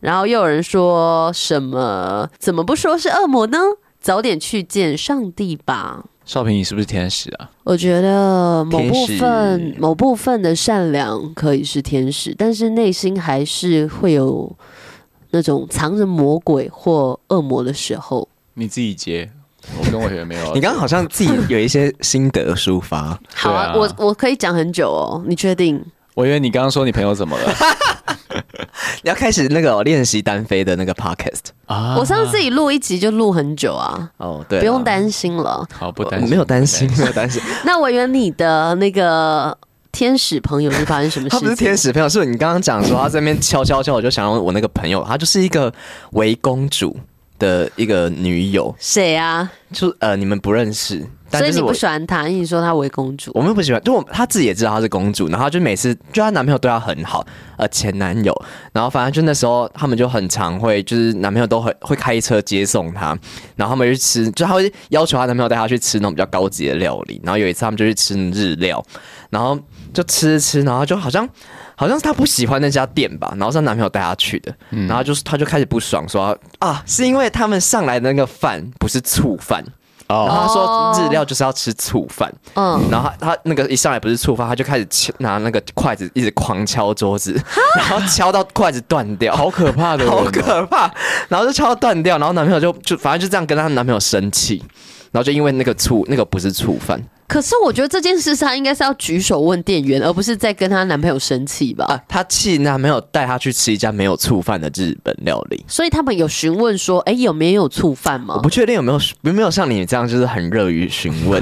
Speaker 3: 然后又有人说什么怎么不说是恶魔呢？早点去见上帝吧。
Speaker 1: 少平，你是不是天使啊？
Speaker 3: 我觉得某部
Speaker 2: 天
Speaker 3: 分
Speaker 2: 使
Speaker 3: 某部分的善良可以是天使，但是内心还是会有那种藏着魔鬼或恶魔的时候。
Speaker 1: 你自己接，我跟我也没有。
Speaker 2: 你刚刚好像自己有一些心得抒发，
Speaker 3: 好啊，
Speaker 1: 对啊
Speaker 3: 我我可以讲很久哦，你确定？
Speaker 1: 我以为你刚刚说你朋友怎么 了
Speaker 2: 你要开始那个哦练习单飞的那个 podcast
Speaker 1: 啊
Speaker 3: 我上次自己录一集就录很久啊，
Speaker 2: 哦，对，
Speaker 3: 不用，担心了。
Speaker 1: 好不担
Speaker 2: 我
Speaker 1: 心，
Speaker 2: 没有担心，没有担心，
Speaker 3: 那委员，你的那个天使朋友 是发生什么事
Speaker 2: 他
Speaker 3: 情？
Speaker 2: 不是天使朋友，是你刚刚讲说他在那边敲敲敲，我就想到我那个朋友，她就是一个为公主的一个女友，
Speaker 3: 谁啊？
Speaker 2: 就呃你们不认识，但
Speaker 3: 所以
Speaker 2: 就是
Speaker 3: 你
Speaker 2: 我
Speaker 3: 不喜欢他，因为你说他为公主
Speaker 2: 我。们不喜欢，就我她自己也知道她是公主，然后她就每次就她男朋友对她很好，呃前男友，然后反正就那时候他们就很常会，就是男朋友都很会开车接送她，然后他们就去吃，就她会要求她男朋友带她去吃那种比较高级的料理，然后有一次他们就去吃日料，然后就吃吃，然后就好像好像是她不喜欢那家店吧，然后是她男朋友带她去的，然后就是她就开始不爽说啊是因为他们上来的那个饭不是醋饭。然后她说日料就是要吃醋饭，
Speaker 3: 嗯，
Speaker 2: 然后他他那个一上来不是触发，他就开始敲拿那个筷子一直狂敲桌子，然后敲到筷子断掉，
Speaker 1: 好可怕 的人哦，
Speaker 2: 好可怕。然后就敲到断掉，然后男朋友就就反正就这样跟她男朋友生气，然后就因为那个醋那个不是醋饭
Speaker 3: 可是我觉得这件事上应该是要举手问店员，而不是在跟她男朋友生气吧？
Speaker 2: 啊，她气男朋友带她去吃一家没有醋饭的日本料理。
Speaker 3: 所以他们有询问说，哎、有没有醋饭
Speaker 2: 我
Speaker 3: 吗？
Speaker 2: 不确定有没有有没有像你这样就是很热于询 问，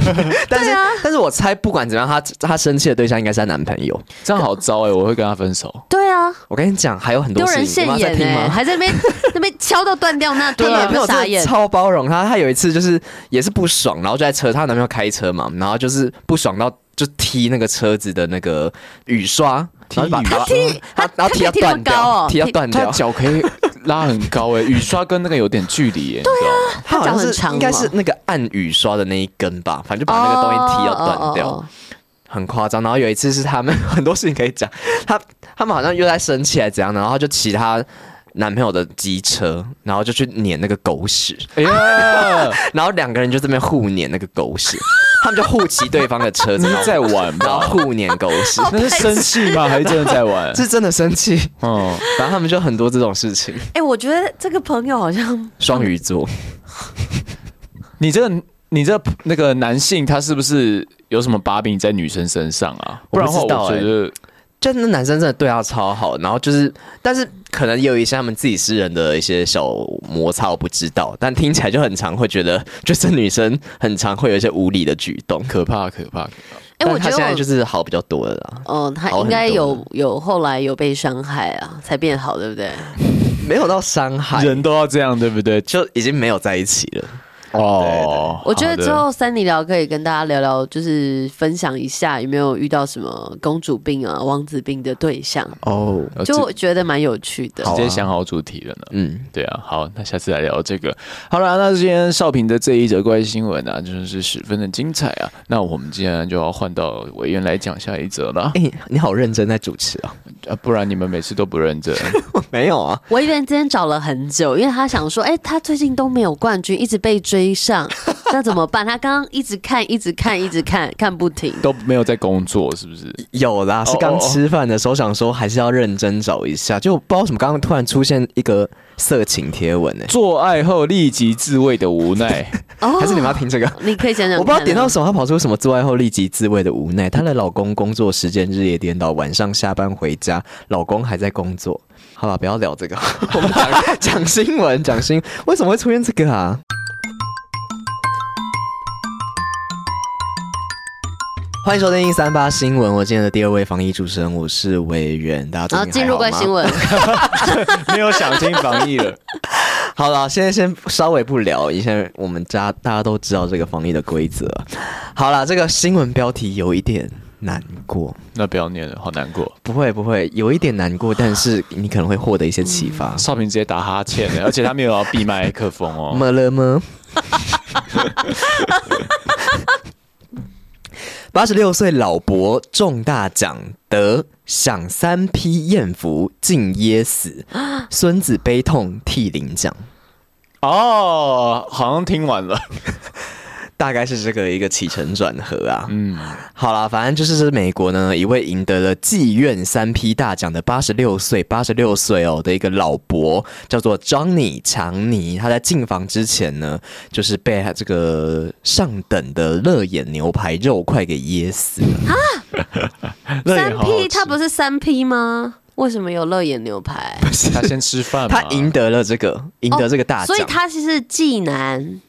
Speaker 2: 但
Speaker 3: 啊
Speaker 2: 是、但是我猜不管怎么样，她她生气的对象应该是她男朋友。
Speaker 1: 这样好糟哎，我会跟他分手。
Speaker 3: 对啊，
Speaker 2: 我跟你讲，还有很
Speaker 3: 丢
Speaker 2: 多事
Speaker 3: 人
Speaker 2: 情，
Speaker 3: 现
Speaker 2: 你妈在
Speaker 3: 眼
Speaker 2: 听
Speaker 3: 呢、
Speaker 2: 吗？
Speaker 3: 还在那边 那边敲到断掉，那他
Speaker 2: 对
Speaker 3: 也
Speaker 2: 啊，没
Speaker 3: 不
Speaker 2: 有
Speaker 3: 傻
Speaker 2: 真的
Speaker 3: 眼。
Speaker 2: 超包容她。她有一次就是也是不爽，然后就在车，她男朋友开车嘛，然后就是不爽到就踢那个车子的那个雨刷，然后就把
Speaker 1: 他
Speaker 2: 踢，她然后踢
Speaker 3: 她
Speaker 2: 到
Speaker 3: 可以踢那么
Speaker 2: 断掉，
Speaker 3: 高哦
Speaker 2: 踢到
Speaker 3: 踢
Speaker 2: 断
Speaker 1: 他
Speaker 2: 掉。
Speaker 1: 脚可以拉很高哎，雨刷跟那个有点距离哎。对啊，
Speaker 2: 她好
Speaker 3: 脚
Speaker 2: 像
Speaker 3: 很
Speaker 2: 是
Speaker 3: 长
Speaker 2: 应该
Speaker 3: 吗
Speaker 2: 是那个按雨刷的那一根吧，反正就把那个东西踢到断掉。
Speaker 3: 哦哦哦哦
Speaker 2: 很夸张。然后有一次是他们很多事情可以讲，他他们好像又在生气还是怎样，然后她就骑她男朋友的机车，然后就去撵那个狗屎，
Speaker 1: 哎呀，
Speaker 2: 然后两个人就这边互撵那个狗 屎，他们就互骑对方的车子，然后
Speaker 1: 在玩
Speaker 2: 然
Speaker 1: 吧？
Speaker 2: 后互撵狗屎，
Speaker 1: 那是生气吗？还是真的在玩？
Speaker 2: 哦是真的生气。
Speaker 1: 嗯，
Speaker 2: 然后他们就很多这种事情。
Speaker 3: 哎、我觉得这个朋友好像
Speaker 2: 双鱼座，
Speaker 1: 你这个你这个那个男性他是不是有什么把柄在女生身上啊？
Speaker 2: 我
Speaker 1: 不然
Speaker 2: 不
Speaker 1: 的话，
Speaker 2: 知道
Speaker 1: 我觉
Speaker 2: 哎
Speaker 1: 得
Speaker 2: 就那男生真的对她超好，然后就是，但是可能也有一些他们自己私人的一些小摩擦，我不知道。但听起来就很常会觉得，就是女生很常会有一些无理的举动。
Speaker 1: 可怕可怕。可怕
Speaker 3: 哎
Speaker 2: 但
Speaker 3: 我
Speaker 2: 她
Speaker 3: 觉得
Speaker 2: 现在
Speaker 3: 我
Speaker 2: 就是好比较多了啦。
Speaker 3: 哦，他
Speaker 2: 好很
Speaker 3: 应该
Speaker 2: 多
Speaker 3: 有有后来有被伤害啊，才变好，对不对？
Speaker 2: 没有到伤害，
Speaker 1: 人都要这样，对不对？
Speaker 2: 就已经没有在一起了。
Speaker 1: 哦，
Speaker 3: 我觉得之
Speaker 1: 好的
Speaker 3: 后三里聊可以跟大家聊聊，就是分享一下有没有遇到什么公主病啊、王子病的对象，
Speaker 2: 哦，
Speaker 1: 呃
Speaker 3: 就
Speaker 1: 直
Speaker 3: 我觉得蛮有趣的。
Speaker 1: 直接想好啊主题了呢。
Speaker 2: 嗯，
Speaker 1: 对啊，好，那下次来聊这个。好了，那今天少平的这一则怪新闻啊，真的是十分的精彩啊。那我们既然就要换到委员来讲下一则了。
Speaker 2: 哎、你好认真在主持啊！
Speaker 1: 啊，不然你们每次都不认真。
Speaker 2: 没有啊，
Speaker 3: 我一边今天找了很久，因为他想说，哎、他最近都没有冠军，一直被追上， 那怎么办？他刚刚一直看，一直看，一直看，看不停。
Speaker 1: 都没有在工作，是不是？
Speaker 2: 有啦，是
Speaker 1: 哦
Speaker 2: 刚
Speaker 1: 哦
Speaker 2: 吃饭的时候想说还是要认真找一下，就不知道为什么刚刚突然出现一个色情贴文欸呢、
Speaker 1: 做爱后立即自慰的无奈，
Speaker 3: 哦
Speaker 2: 还是你们要听这个？
Speaker 3: 你可以讲讲看啊，
Speaker 2: 我不知道点到什么，她跑出什么做爱后立即自慰的无奈。她的老公工作时间日夜颠倒，晚上下班回家，老公还在工作。好了，不要聊这 个，我们讲讲新闻，讲新为什么会出现这个啊？欢迎收听一三八新闻，我今天的第二位防疫主持人我是委员，大家最
Speaker 3: 然后
Speaker 2: 近
Speaker 3: 哦进入
Speaker 2: 还 好
Speaker 3: 关
Speaker 2: 吗
Speaker 3: 新闻，
Speaker 1: 没有想听防疫了。
Speaker 2: 好了，现在先稍微不聊一下，我们家大家都知道这个防疫的规则。好了，这个新闻标题有一点难过，
Speaker 1: 那不要念了，好难过。
Speaker 2: 不会不会，有一点难过，但是你可能会获得一些启发。
Speaker 1: 少平直接打哈欠了，而 且他没有要闭麦克风 哦。
Speaker 2: 么了么？八十六岁老伯中大奖得享三批艳福，竟噎死，孙子悲痛涕零奖。
Speaker 1: 哦，好像听完了。
Speaker 2: 大概是这个一个起承转合啊。
Speaker 1: 嗯，
Speaker 2: 好啦，反正就是这美国呢，一位赢得了妓院三批大奖的八十六岁，八十六岁哦的一个老伯，叫做 Johnny 强尼。他在进房之前呢，就是被他这个上等的乐眼牛排肉块给噎死了。
Speaker 1: 那也
Speaker 3: 三
Speaker 1: 好好
Speaker 3: P
Speaker 1: 吃
Speaker 3: 他不是三 P 吗？为什么有乐眼牛排？
Speaker 1: 他先吃饭嘛，
Speaker 2: 他赢得了这个，赢得这个大奖，
Speaker 3: 哦所以他其实是 技男。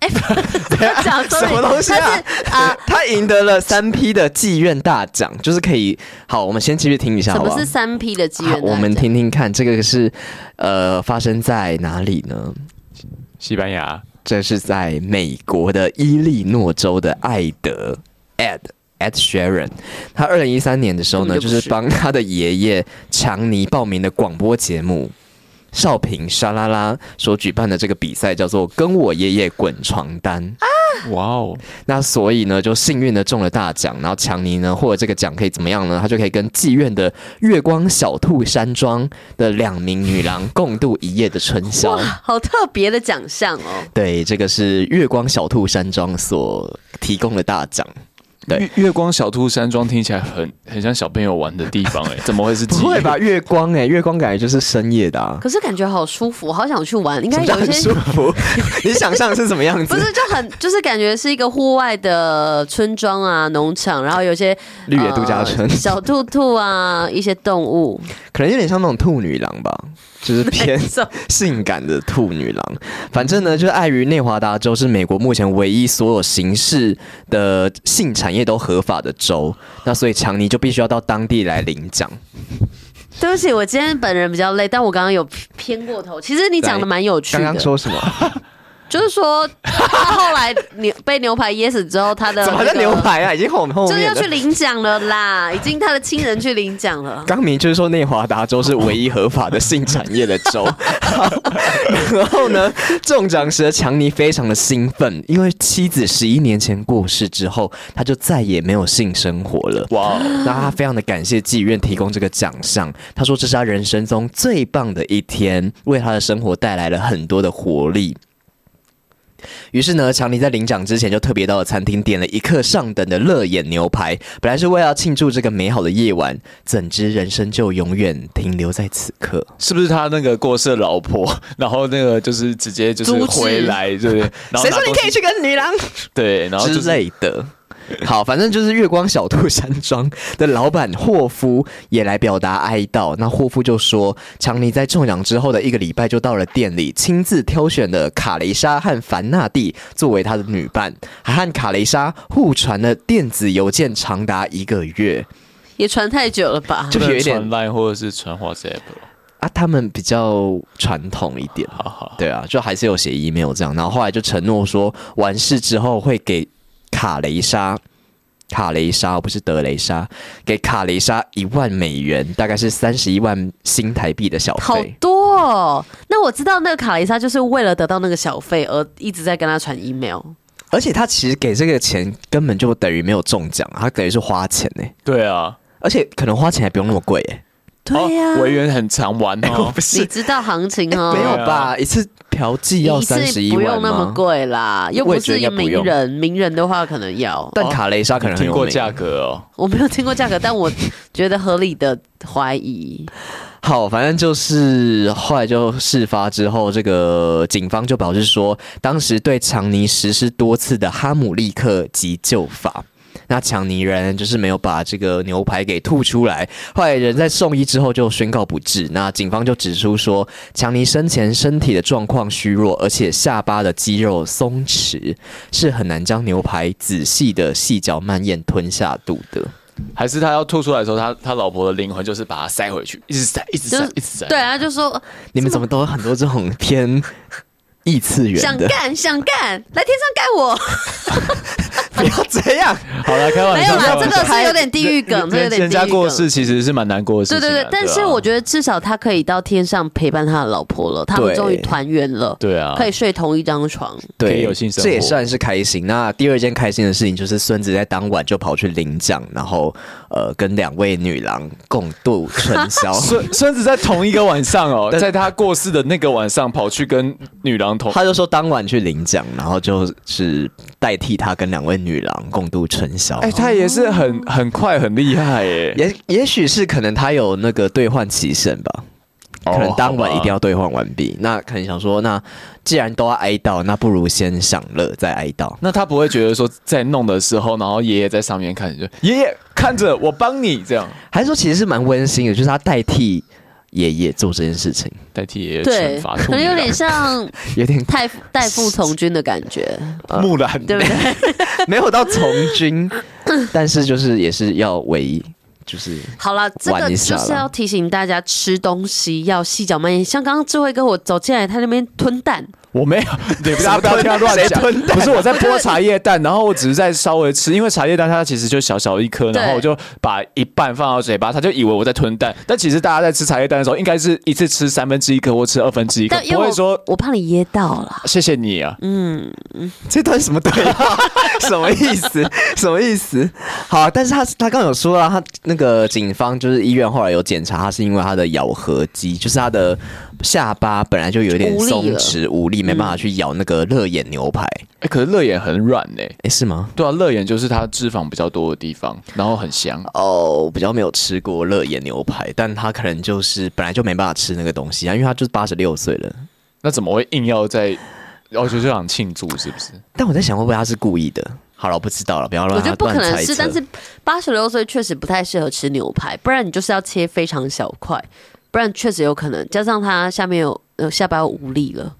Speaker 3: 哎、不是讲
Speaker 2: 什么东西啊？
Speaker 3: 啊，
Speaker 2: 他赢得了三批的妓院大奖，就是可以。好，我们先继续听一下，
Speaker 3: 什
Speaker 2: 好不
Speaker 3: 么
Speaker 2: 好？啊
Speaker 3: 是三 P 的机缘
Speaker 2: 好？我们听听看，这个是呃发生在哪里呢？
Speaker 1: 西班牙。
Speaker 2: 这是在美国的伊利诺州的艾德 Ed Ed Sharon，他二零一三年的时候呢，
Speaker 3: 根本就
Speaker 2: 就
Speaker 3: 不
Speaker 2: 是
Speaker 3: 是
Speaker 2: 帮他的爷爷强尼报名的广播节目。少平沙拉拉所举办的这个比赛叫做“跟我爷爷滚床单”，
Speaker 1: 哇哦，
Speaker 2: 那所以呢，就幸运的中了大奖，然后强尼呢获得这个奖可以怎么样呢？他就可以跟妓院的月光小兔山庄的两名女郎共度一夜的春宵
Speaker 3: 哇。，好特别的奖项哦！
Speaker 2: 对，这个是月光小兔山庄所提供的大奖。对
Speaker 1: 月月光小兔山庄听起来很很像小朋友玩的地方哎、怎么会是？
Speaker 2: 不会吧？？月光哎、月光感觉就是深夜的啊。
Speaker 3: 可是感觉好舒服，好想去玩。应
Speaker 2: 什
Speaker 3: 该
Speaker 2: 么叫
Speaker 3: 有一
Speaker 2: 很
Speaker 3: 些
Speaker 2: 舒 服？你想象是什么样子？
Speaker 3: 不是就很就是感觉是一个户外的村庄啊、农场，然后有些
Speaker 2: 绿野度假村
Speaker 3: 呃 小兔兔啊，一些动物。
Speaker 2: 可能有点像那种兔女郎吧，就是偏
Speaker 3: 种
Speaker 2: 性感的兔女郎。反正呢，就是碍于内华达州是美国目前唯一所有形式的性产业都合法的州，那所以强尼就必须要到当地来领奖。
Speaker 3: 对不起，我今天本人比较累，但我刚刚有偏过头。其实你讲的蛮有趣
Speaker 2: 刚刚
Speaker 3: 的，
Speaker 2: 说什么？
Speaker 3: 就是说他后来牛被牛排噎死之后，他的
Speaker 2: 怎么还在
Speaker 3: 那个
Speaker 2: 牛排啊？已经后后
Speaker 3: 就是
Speaker 2: 面
Speaker 3: 要去
Speaker 2: 了。
Speaker 3: 领奖了啦，已经他的亲人去领奖了。
Speaker 2: 刚明就是说内华达州是唯一合法的性产业的州， 好然后呢，中奖时的强尼非常的兴奋，因为妻子十一年前过世之后，他就再也没有性生活了。
Speaker 1: 哇哦，
Speaker 2: 那他非常的感谢妓院提供这个奖项，他说这是他人生中最棒的一天，为他的生活带来了很多的活力。于是呢，强尼在领奖之前就特别到了餐厅点了一客上等的乐眼牛排，本来是为了要庆祝这个美好的夜晚，怎知人生就永远停留在此刻。
Speaker 1: 是不是他那个过世的老婆， 然后那个就是直接就是
Speaker 3: 阻止
Speaker 1: 回来，对不对？然后
Speaker 2: 谁
Speaker 1: 拿
Speaker 2: 说你
Speaker 1: 东
Speaker 2: 可
Speaker 1: 西
Speaker 2: 以去跟女郎？
Speaker 1: 对，然后就
Speaker 2: 之
Speaker 1: 是
Speaker 2: 类的。好，反正就是月光小兔山庄的老板霍夫也来表达哀悼。那霍夫就说，强尼在中奖之后的一个礼拜就到了店里，亲自挑选了卡雷莎和凡纳蒂作为他的女伴，还和卡雷莎互传了电子邮件长达一个月。
Speaker 3: 也传太久了吧？
Speaker 2: 就
Speaker 1: 不能
Speaker 2: 有一
Speaker 1: 传
Speaker 2: 点
Speaker 1: line 或者是传 WhatsApp，
Speaker 2: 啊，他们比较传统一点，
Speaker 1: 哈哈。
Speaker 2: 对啊，就还是有写 email 这样，然后后来就承诺说完事之后会给卡雷莎，卡雷莎哦不是德雷莎，给卡雷莎一万美元，大概是三十一万新台币的小
Speaker 3: 好
Speaker 2: 费。
Speaker 3: 多哦！那我知道那个卡雷莎就是为了得到那个小费而一直在跟他传 email。
Speaker 2: 哦而且他其实给这个钱根啊本就等于没有中奖，他等于是花钱呢、
Speaker 1: 对啊，
Speaker 2: 而且可能花钱还不用那么贵、欸，
Speaker 3: 对啊呀、
Speaker 1: 哦，维园很常玩哦。
Speaker 3: 你知道行情哦，
Speaker 2: 哎没有吧？一次嫖妓要
Speaker 3: 一
Speaker 2: 三十
Speaker 3: 次
Speaker 2: 一
Speaker 3: 不
Speaker 2: 万
Speaker 3: 用那么
Speaker 2: 吗？
Speaker 3: 贵啦，又
Speaker 2: 我
Speaker 3: 不
Speaker 2: 也觉得应该
Speaker 3: 是
Speaker 2: 不
Speaker 3: 名
Speaker 2: 用
Speaker 3: 人，名人的话可能要。
Speaker 2: 但卡雷莎可能很
Speaker 1: 听
Speaker 2: 有
Speaker 1: 过
Speaker 2: 名
Speaker 1: 价格哦，
Speaker 3: 我没有听过价格，但我觉得合理的怀疑。
Speaker 2: 好，反正就是后来就事发之后，这个警方就表示说，当时对强尼实施多次的哈姆立克急救法。那强尼人就是没有把这个牛排给吐出来，后来人在送医之后就宣告不治。那警方就指出说，强尼生前身体的状况虚弱，而且下巴的肌肉松弛，是很难将牛排仔细的细嚼慢咽吞下肚的。
Speaker 1: 还是他要吐出来的时候，他他老婆的灵魂就是把它塞回去，一直塞，一直
Speaker 3: 就
Speaker 1: 塞
Speaker 3: 是，
Speaker 1: 一直塞。
Speaker 3: 对啊，就说
Speaker 2: 你们怎么都有很多这种偏异次元
Speaker 3: 想
Speaker 2: 的？
Speaker 3: 干想干，来天上盖我。
Speaker 2: 不要这样，
Speaker 1: 好了，开
Speaker 2: 啊
Speaker 1: 玩
Speaker 3: 没有
Speaker 1: 笑，
Speaker 3: 啦
Speaker 1: 开，玩
Speaker 3: 这
Speaker 1: 笑
Speaker 3: 个是有点地狱梗，这个有
Speaker 1: 人
Speaker 3: 点
Speaker 1: 人
Speaker 3: 地
Speaker 1: 家
Speaker 3: 狱梗。
Speaker 1: 过世其实是蛮难过的事情
Speaker 3: 对
Speaker 1: 啊。
Speaker 3: 对对，但是我觉得至少他可以到天上陪伴他的老婆了，他们
Speaker 2: 对
Speaker 3: 终于团圆了，
Speaker 1: 对啊
Speaker 3: 可以睡同一张床。
Speaker 1: 可以
Speaker 2: 对，
Speaker 1: 有性生活
Speaker 2: 这也算是开心。那第二件开心的事情就是孙子在当晚就跑去领奖，然后呃跟两位女郎共度春 宵。
Speaker 1: 孙孙子在同一个晚上哦，
Speaker 2: 但
Speaker 1: 在他过世的那个晚上跑去跟女郎同
Speaker 2: 他就说当晚去领奖，然后就是代替他跟两位女郎共度春宵。
Speaker 1: 哎、他也是很很快很厉害耶，
Speaker 2: 也也许是可能他有那个兑换期限吧，
Speaker 1: 哦
Speaker 2: 可能当晚一定
Speaker 1: 好吧
Speaker 2: 要兑换完毕。那可能想说，那既然都要哀悼，那不如先享乐再哀悼。
Speaker 1: 那他不会觉得说在弄的时候，然后爷爷在上面看，就爷爷看着我帮你这样
Speaker 2: 还是说其实是蛮温馨的，就是他代替爷爷做这件事情，
Speaker 1: 代替爷爷
Speaker 3: 对
Speaker 1: 惩，罚
Speaker 3: 可
Speaker 1: 兔
Speaker 3: 能
Speaker 1: 女
Speaker 3: 有
Speaker 1: 郎，
Speaker 3: 点像
Speaker 2: 有点呃
Speaker 3: 太傅代父从军的感觉，
Speaker 1: 木兰
Speaker 3: 对不对？
Speaker 2: 没有到从军，但是就是也是要为就是
Speaker 3: 好了，这个
Speaker 2: 玩一下
Speaker 3: 就
Speaker 2: 啦
Speaker 3: 是要提醒大家吃东西要细嚼慢咽。像刚刚智慧哥我走进来，他那边吞蛋，
Speaker 1: 我没有，对，大家不要听他乱
Speaker 2: 谁
Speaker 1: 讲。
Speaker 2: 吞
Speaker 1: 不是我在剥茶叶蛋，然后我只是在稍微吃，因为茶叶蛋它其实就小小一颗，
Speaker 3: 对
Speaker 1: 然后我就把一半放到嘴巴，他就以为我在吞蛋，但其实大家在吃茶叶蛋的时候，应该是一次吃三分之一颗或吃二分之一颗
Speaker 3: 但，因
Speaker 1: 不
Speaker 3: 为
Speaker 1: 会
Speaker 3: 我
Speaker 1: 说
Speaker 3: 我怕你噎到了。
Speaker 1: 谢谢你啊。
Speaker 2: 这段什么对话？ 什么意思？什么意思？好，但是他他刚刚有说啊，他那个警方就是医院后来有检查，他是因为他的咬合肌，就是他的下巴本来就有点
Speaker 3: 无力
Speaker 2: 松
Speaker 3: 了
Speaker 2: 弛无力，没办法去咬那个乐眼牛排。
Speaker 1: 哎、可是乐眼很软呢、
Speaker 2: 哎、是吗？
Speaker 1: 对啊，乐眼就是它脂肪比较多的地方，然后很香。
Speaker 2: 哦，比较没有吃过乐眼牛排，但他可能就是本来就没办法吃那个东西啊，因为他就是八十六岁了。
Speaker 1: 那怎么会硬要在？我觉得就想庆祝，是不是？
Speaker 2: 但我在想，会不会他是故意的？好了，我不知道了，不要乱
Speaker 3: 我觉得不可
Speaker 2: 乱
Speaker 3: 能
Speaker 2: 猜
Speaker 3: 是，
Speaker 2: 测
Speaker 3: 但是八十六岁确实不太适合吃牛排，不然你就是要切非常小块，不然确实有可能。加上他下面有呃下巴有无力了，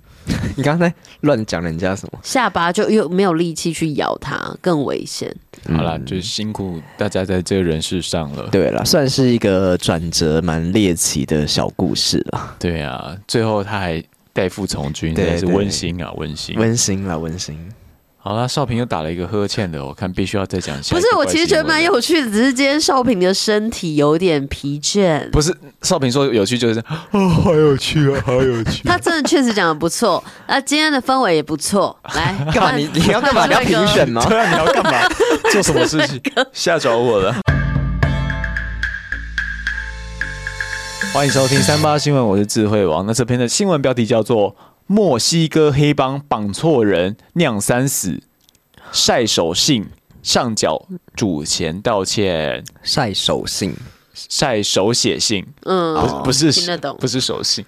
Speaker 2: 你刚才乱讲人家什么？
Speaker 3: 下巴就又没有力气去咬它，更危险。
Speaker 1: 好啦，就辛苦大家在这个人世上了。
Speaker 2: 对了，算是一个转折蛮猎奇的小故事了，
Speaker 1: 对啊，最后他还代父从军，
Speaker 2: 对
Speaker 1: 真的是
Speaker 2: 对
Speaker 1: 温馨啊，温馨。
Speaker 2: 温馨啦，温馨。
Speaker 1: 好啦，少平又打了一个呵欠的，我看必须要再讲一下。
Speaker 3: 不是，我其实觉得蛮。有趣的，只是今天少平的身体有点疲倦。
Speaker 1: 不是少平说有趣，就是啊
Speaker 3: 他真的确实讲的不错，那、今天的氛围也不错。来，
Speaker 2: 干嘛？你你要干嘛？你要评选 吗？
Speaker 1: 对啊，你要干嘛？做什么事情？吓着我了。欢迎收听三八新闻，我是智慧王。那这篇的新闻标题叫做《墨西哥黑帮绑错人酿三死，晒手信上缴主钱道歉，
Speaker 2: 晒手信，
Speaker 1: 晒手写信》。
Speaker 3: 嗯，
Speaker 1: 不是不
Speaker 3: 听
Speaker 1: 是
Speaker 3: 得懂
Speaker 1: 不。是手信，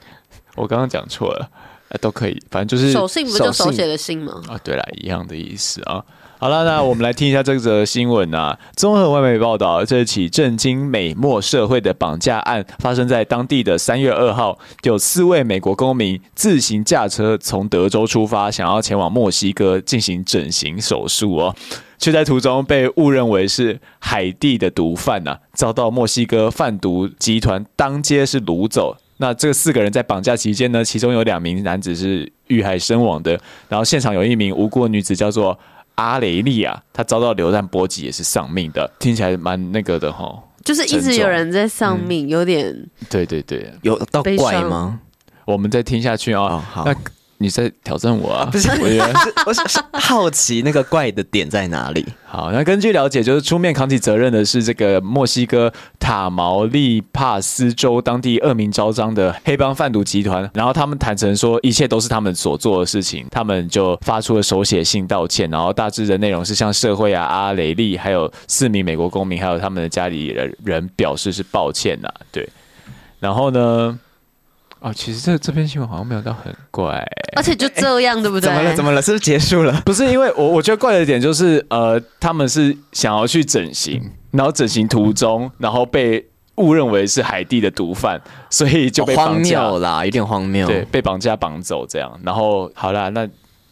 Speaker 1: 我刚刚讲错了，呃都可以，反正就是
Speaker 3: 手信不就手
Speaker 2: 手信哦
Speaker 3: 写的信吗？
Speaker 1: 啊，对了，一样的意思啊。好了，那我们来听一下这则新闻啊。综合外媒报道，这起震惊美墨社会的绑架案发生在当地的三月二号，有四位美国公民自行驾车从德州出发，想要前往墨西哥进行整形手术哦，却在途中被误认为是海地的毒贩呐、遭到墨西哥贩毒集团当街是掳走。那这四个人在绑架期间呢，其中有两名男子是遇害身亡的，然后现场有一名无辜的女子叫做阿雷利亚，她遭到流弹波及也是丧命的，听起来蛮那个的哈。
Speaker 3: 就是一直有人在上面，有点
Speaker 1: 对对对，
Speaker 2: 有到
Speaker 3: 悲
Speaker 2: 怪
Speaker 3: 伤
Speaker 2: 吗？
Speaker 1: 我们再听下去啊、
Speaker 2: 哦，好
Speaker 1: 那。你在挑战我啊？
Speaker 2: 不是，
Speaker 1: 我
Speaker 2: 我
Speaker 1: 以为
Speaker 2: 是我是是好奇那个怪的点在哪里？
Speaker 1: 好，那根据了解，就是出面扛起责任的是这个墨西哥塔毛利帕斯州当地恶名昭彰的黑帮贩毒集团，然后他们坦诚说一切都是他们所做的事情，他们就发出了手写信道歉，然后大致的内容是向社会啊、阿雷利还有四名美国公民还有他们的家里人人表示是抱歉呐、对，然后呢？哦，其实这这篇新闻好像没有到很怪，
Speaker 3: 而且就这样， 对不对？
Speaker 2: 哎怎么了？怎么了？是不是结束了？
Speaker 1: 不是因为我我觉得怪的点就是呃，他们是想要去整形，
Speaker 2: 嗯
Speaker 1: 然后整形途中，然后被误认为是海地的毒贩，所以就被
Speaker 2: 哦荒
Speaker 1: 绑架，
Speaker 2: 谬啦，有点荒谬。
Speaker 1: 对，，被绑架绑走这样。然后好啦，那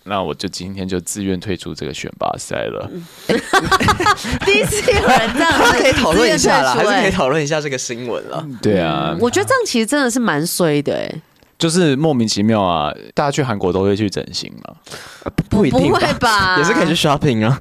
Speaker 1: 那我就今天就自愿退出这个选拔赛了。
Speaker 2: 嗯
Speaker 3: 第一次有人这 样
Speaker 2: 还
Speaker 3: 子
Speaker 2: 是可以讨论一下啦，
Speaker 3: 自
Speaker 2: 还
Speaker 3: 愿
Speaker 2: 是
Speaker 3: 退出
Speaker 2: 可以
Speaker 3: 欸
Speaker 2: 讨论一下这个新闻啦。
Speaker 1: 对啊，
Speaker 2: 嗯
Speaker 3: 我觉得这样其实真的是蛮衰的哎、
Speaker 1: 就是莫名其妙啊，大家去韩国都会去整形嘛。
Speaker 2: 不一
Speaker 3: 不
Speaker 2: 定吧，
Speaker 3: 会吧？
Speaker 2: 也是可以去 shopping 啊。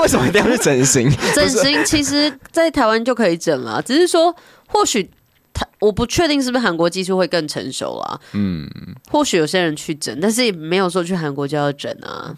Speaker 2: 为什么一定要去整形？
Speaker 3: 整形，其实在台湾就可以整啊，只是说或许他我不确定是不是韩国技术会更成熟啊。嗯，或许有些人去整，但是也没有说去韩国就要整啊。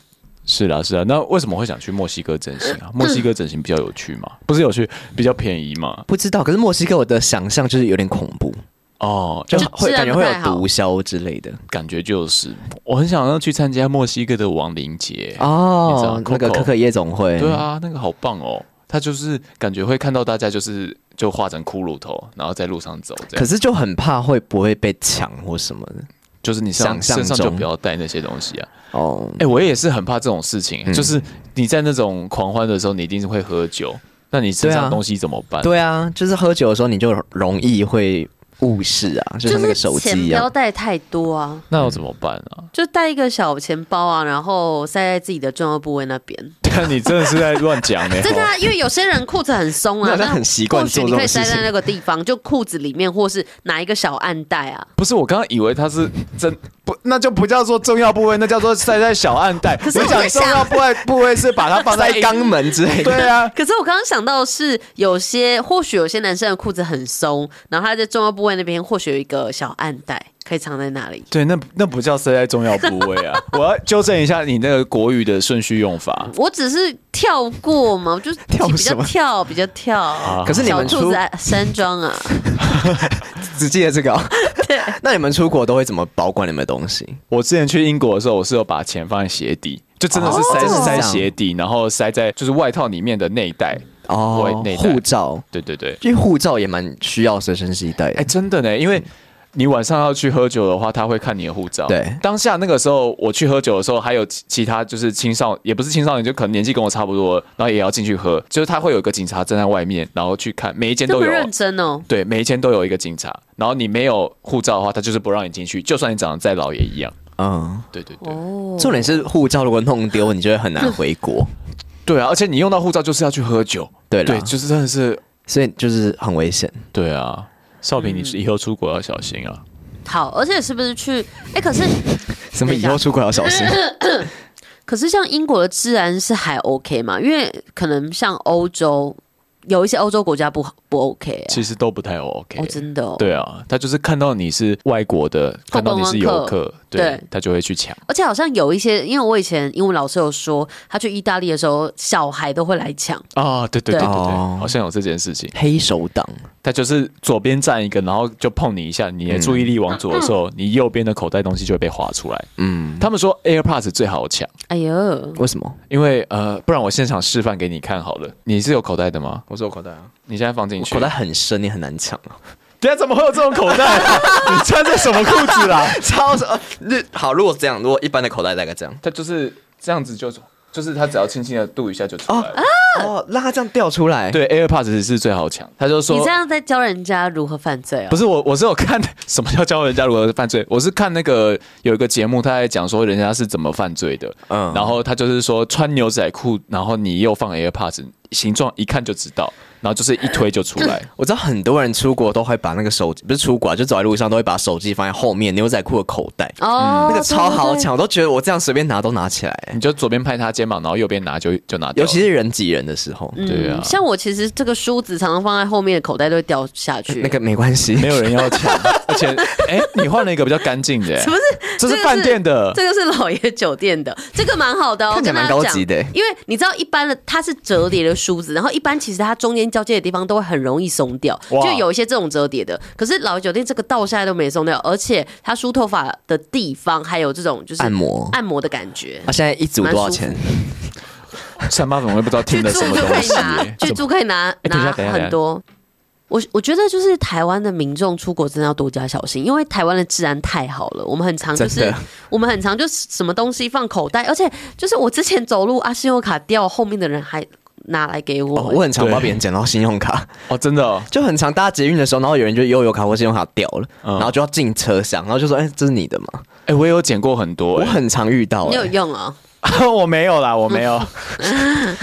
Speaker 1: 是啦，是啦。那为什么会想去墨西哥整形啊？墨西哥整形比较有趣嘛？不是有趣，比较便宜嘛？
Speaker 2: 不知道。可是墨西哥，我的想象就是有点恐怖，
Speaker 1: 哦，
Speaker 2: 就
Speaker 3: 就
Speaker 2: 会
Speaker 3: 治安
Speaker 2: 感觉
Speaker 3: 不
Speaker 2: 会
Speaker 3: 太
Speaker 2: 有
Speaker 3: 好
Speaker 2: 毒枭之类的。
Speaker 1: 感觉就是，我很想要去参加墨西哥的亡灵节。你知道
Speaker 2: 哦，那个
Speaker 1: Coco
Speaker 2: 可可夜总会，
Speaker 1: 啊对，啊，那个好棒哦！他就是感觉会看到大家就是就化成骷髅头，然后在路上走，这
Speaker 2: 可
Speaker 1: 样
Speaker 2: 是就很怕会不会被抢或什么的。
Speaker 1: 就是你身上
Speaker 2: 想象
Speaker 1: 身上就
Speaker 2: 中
Speaker 1: 不要带那些东西啊。
Speaker 2: 哦，
Speaker 1: 哎、我也是很怕这种事情、欸就是你在那种狂欢的时候，你一定是会喝酒，那你身
Speaker 2: 对
Speaker 1: 上
Speaker 2: 啊
Speaker 1: 东西怎么办？
Speaker 2: 对啊，就是喝酒的时候你就容易会误事啊，就
Speaker 3: 就
Speaker 2: 像那
Speaker 3: 是
Speaker 2: 个手
Speaker 3: 钱
Speaker 2: 机
Speaker 3: 不
Speaker 2: 一
Speaker 3: 要
Speaker 2: 样。
Speaker 3: 带太多啊，
Speaker 1: 那要怎么办啊？
Speaker 3: 就带一个小钱包啊，然后塞在自己的重要部位那边。
Speaker 1: 但你 真的是在乱讲欸呢、
Speaker 3: 真的啊，因为有些人裤子很松啊，
Speaker 2: 哎哦 那他
Speaker 3: 那
Speaker 2: 很习惯
Speaker 3: 或许
Speaker 2: 做
Speaker 3: 你
Speaker 2: 这
Speaker 3: 可以
Speaker 2: 种
Speaker 3: 塞
Speaker 2: 事
Speaker 3: 在
Speaker 2: 情
Speaker 3: 那个地方，就裤子里面，或是拿一个小暗袋啊。
Speaker 1: 不是，我刚刚以为他是真不，那就不叫做重要部位，那叫做塞在小暗袋。
Speaker 3: 是
Speaker 1: 我
Speaker 3: 我在
Speaker 1: 讲重要部位部位是把它放在
Speaker 2: 塞肛门之 类的，
Speaker 1: 对啊，
Speaker 3: 可是我刚刚想到的是，有些或许有些男生的裤子很松，然后他在重要部位那边或许有一个小暗袋可以藏在那里。
Speaker 1: 对，那那不叫塞在重要部位啊！我要纠正一下你那个国语的顺序用法。
Speaker 3: 我只是跳过嘛，我就
Speaker 2: 跳
Speaker 3: 比
Speaker 2: 什
Speaker 3: 较
Speaker 2: 么
Speaker 3: 跳，比较跳。
Speaker 2: 可是你们
Speaker 3: 小
Speaker 2: 出
Speaker 3: 兔子啊山庄 啊，
Speaker 2: 只记得 这个、哦。那你们出国都会怎么保管你们的东西？
Speaker 1: 我之前去英国的时候，我是有把钱放在鞋底，就真的是
Speaker 2: 哦
Speaker 1: 塞、
Speaker 2: 真的
Speaker 1: 是
Speaker 2: 是
Speaker 1: 塞
Speaker 2: 这样
Speaker 1: 鞋底，然后塞在就是外套里面的内袋。
Speaker 2: 哦
Speaker 1: 内，袋
Speaker 2: 护照，
Speaker 1: 对对对，
Speaker 2: 因为护照也蛮需要随身携带
Speaker 1: 哎、
Speaker 2: 的。
Speaker 1: 真的呢，因为你晚上要去喝酒的话，他会看你的护照。
Speaker 2: 对
Speaker 1: 当下那个时候我去喝酒的时候，还有其其他就是青少，也不是青少年，就可能年纪跟我差不多，然后也要进去喝，就是他会有一个警察站在外面，然后去看每一
Speaker 2: 哎
Speaker 1: 间
Speaker 3: 这
Speaker 1: 都
Speaker 3: 么
Speaker 1: 有哦。
Speaker 3: 认真哦。
Speaker 1: 对，每一间都有一个警察，然后你没有护照的话，他就是不让你进去，就算你长得再老也一样。
Speaker 2: 嗯，
Speaker 1: 对对对，
Speaker 3: 哦，
Speaker 2: 重点是护照如果弄丢，你就会很难回国。
Speaker 1: 对啊，而且你用到护照就是要去喝酒，
Speaker 2: 对啦
Speaker 1: 对，就是真的是，
Speaker 2: 所以就是很危险。
Speaker 1: 对啊，少平，你是以后出国要小心啊。
Speaker 3: 好，而且是不是去？哎，可是
Speaker 2: 什么以后出国要小心？
Speaker 3: 可是像英国的治安是还 OK 嘛？因为可能像欧洲有一些欧洲国家不不 OK 啊。
Speaker 1: 其实都不太 OK，、
Speaker 3: 哦，真的哦。
Speaker 1: 对啊，他就是看到你是外国的，
Speaker 3: 或
Speaker 1: 看到你是游客，对
Speaker 3: 对
Speaker 1: 他就会去抢。
Speaker 3: 而且好像有一些，因为我以前英文老师有说，他去意大利的时候，小孩都会来抢。
Speaker 1: 啊，对对对对对，
Speaker 2: 对
Speaker 1: 好像有这件事情，
Speaker 2: 黑手党，
Speaker 1: 他就是左边站一个，然后就碰你一下，你的注意力往左的时候，你右边的口袋东西就会被划出来。
Speaker 2: 嗯，
Speaker 1: 他们说 AirPods 最好抢。
Speaker 3: 哎呦，
Speaker 2: 为什么？
Speaker 1: 因为呃，不然我现场示范给你看好了。你是有口袋的吗？
Speaker 2: 我说我口袋啊，
Speaker 1: 你现在放进去。
Speaker 2: 口袋？很深，你很难抢啊。
Speaker 1: 等下怎么会有这种口袋、 你穿着什么裤子啊啦？
Speaker 2: 超呃那好，如果这样，如果一般的口袋大概这样，
Speaker 1: 它就是这样子就，就是它只要轻轻的度一下就出来了。
Speaker 2: 哦，让它这样掉出来，，
Speaker 1: 啊对，AirPods 是最好抢。他就
Speaker 3: 你
Speaker 1: 说
Speaker 3: 这，样在教人家如何犯罪哦
Speaker 1: 不？是我，我是有看什么叫教人家如何犯罪，我是看那个有一个节目，他在讲说人家是怎么犯罪的。
Speaker 2: 嗯
Speaker 1: 然后他就是说穿牛仔裤，然后你又放 AirPods，形状一看就知道，然后就是一推就出 来。
Speaker 2: 我知道很多人出国都会把那个手机，不是出国、啊，就走在路上都会把手机放在后面牛仔裤的口袋，
Speaker 3: 哦，
Speaker 2: 那个超好
Speaker 3: 对
Speaker 2: 抢，我都觉得我这样随便拿都拿起来，
Speaker 1: 你就左边拍他肩膀，然后右边拿就就拿掉
Speaker 2: 尤
Speaker 1: 了。
Speaker 2: 其是人挤人的时候，
Speaker 3: 对对
Speaker 1: 对啊
Speaker 3: 嗯像我其实这个梳子常常放在后面的口袋都会掉下去。
Speaker 2: 那个没关系，
Speaker 1: 没有人要 抢，而且哎、你换了一个比较干净的、
Speaker 3: 不是，
Speaker 1: 这
Speaker 3: 这个
Speaker 1: 是饭店的，
Speaker 3: 这个是老爷酒店的，这个蛮好的、哦，
Speaker 2: 看起来蛮
Speaker 3: 我跟
Speaker 2: 高
Speaker 3: 大家
Speaker 2: 级的
Speaker 3: 讲因为你知道，一般的它是折叠的梳子，然后一般其实它中间交接的地方都会很容易松掉，
Speaker 1: 哇
Speaker 3: 就有一些这种折叠的。可是老爷酒店这个到现在都没松掉，而且它梳头发的地方还有这种就是
Speaker 2: 按摩
Speaker 3: 按摩的感觉。
Speaker 2: 啊，现在一组多少钱
Speaker 3: 蛮？
Speaker 1: 三八怎么会不知道听
Speaker 3: 去
Speaker 1: 了
Speaker 3: 住
Speaker 1: 什么
Speaker 3: 就可
Speaker 1: 东
Speaker 3: 以
Speaker 1: 西、
Speaker 3: 拿，去住可以拿
Speaker 1: 等一
Speaker 3: 拿
Speaker 1: 下等一下
Speaker 3: 很多。我我觉得就是台湾的民众出国真的要多加小心，因为台湾的治安太好了。我们很常就
Speaker 2: 真
Speaker 3: 是
Speaker 2: 的
Speaker 3: 我们很常就是什么东西放口袋，而且就是我之前走路啊，信用卡掉，后面的人还拿来给我、
Speaker 2: 哦，我很常
Speaker 1: 对
Speaker 2: 帮别人捡到信用卡，
Speaker 1: 哦，真的、哦，
Speaker 2: 就很常搭捷运的时候，然后有人就悠游卡或信用卡掉了，
Speaker 1: 嗯
Speaker 2: 然后就要进车厢，然后就说：“哎，这是你的吗
Speaker 1: 哎、我也有捡过很？”多、
Speaker 2: 我
Speaker 1: 哎
Speaker 2: 很常遇到，
Speaker 3: 你有
Speaker 2: 哎
Speaker 3: 用啊？
Speaker 1: 我没有啦，我没有，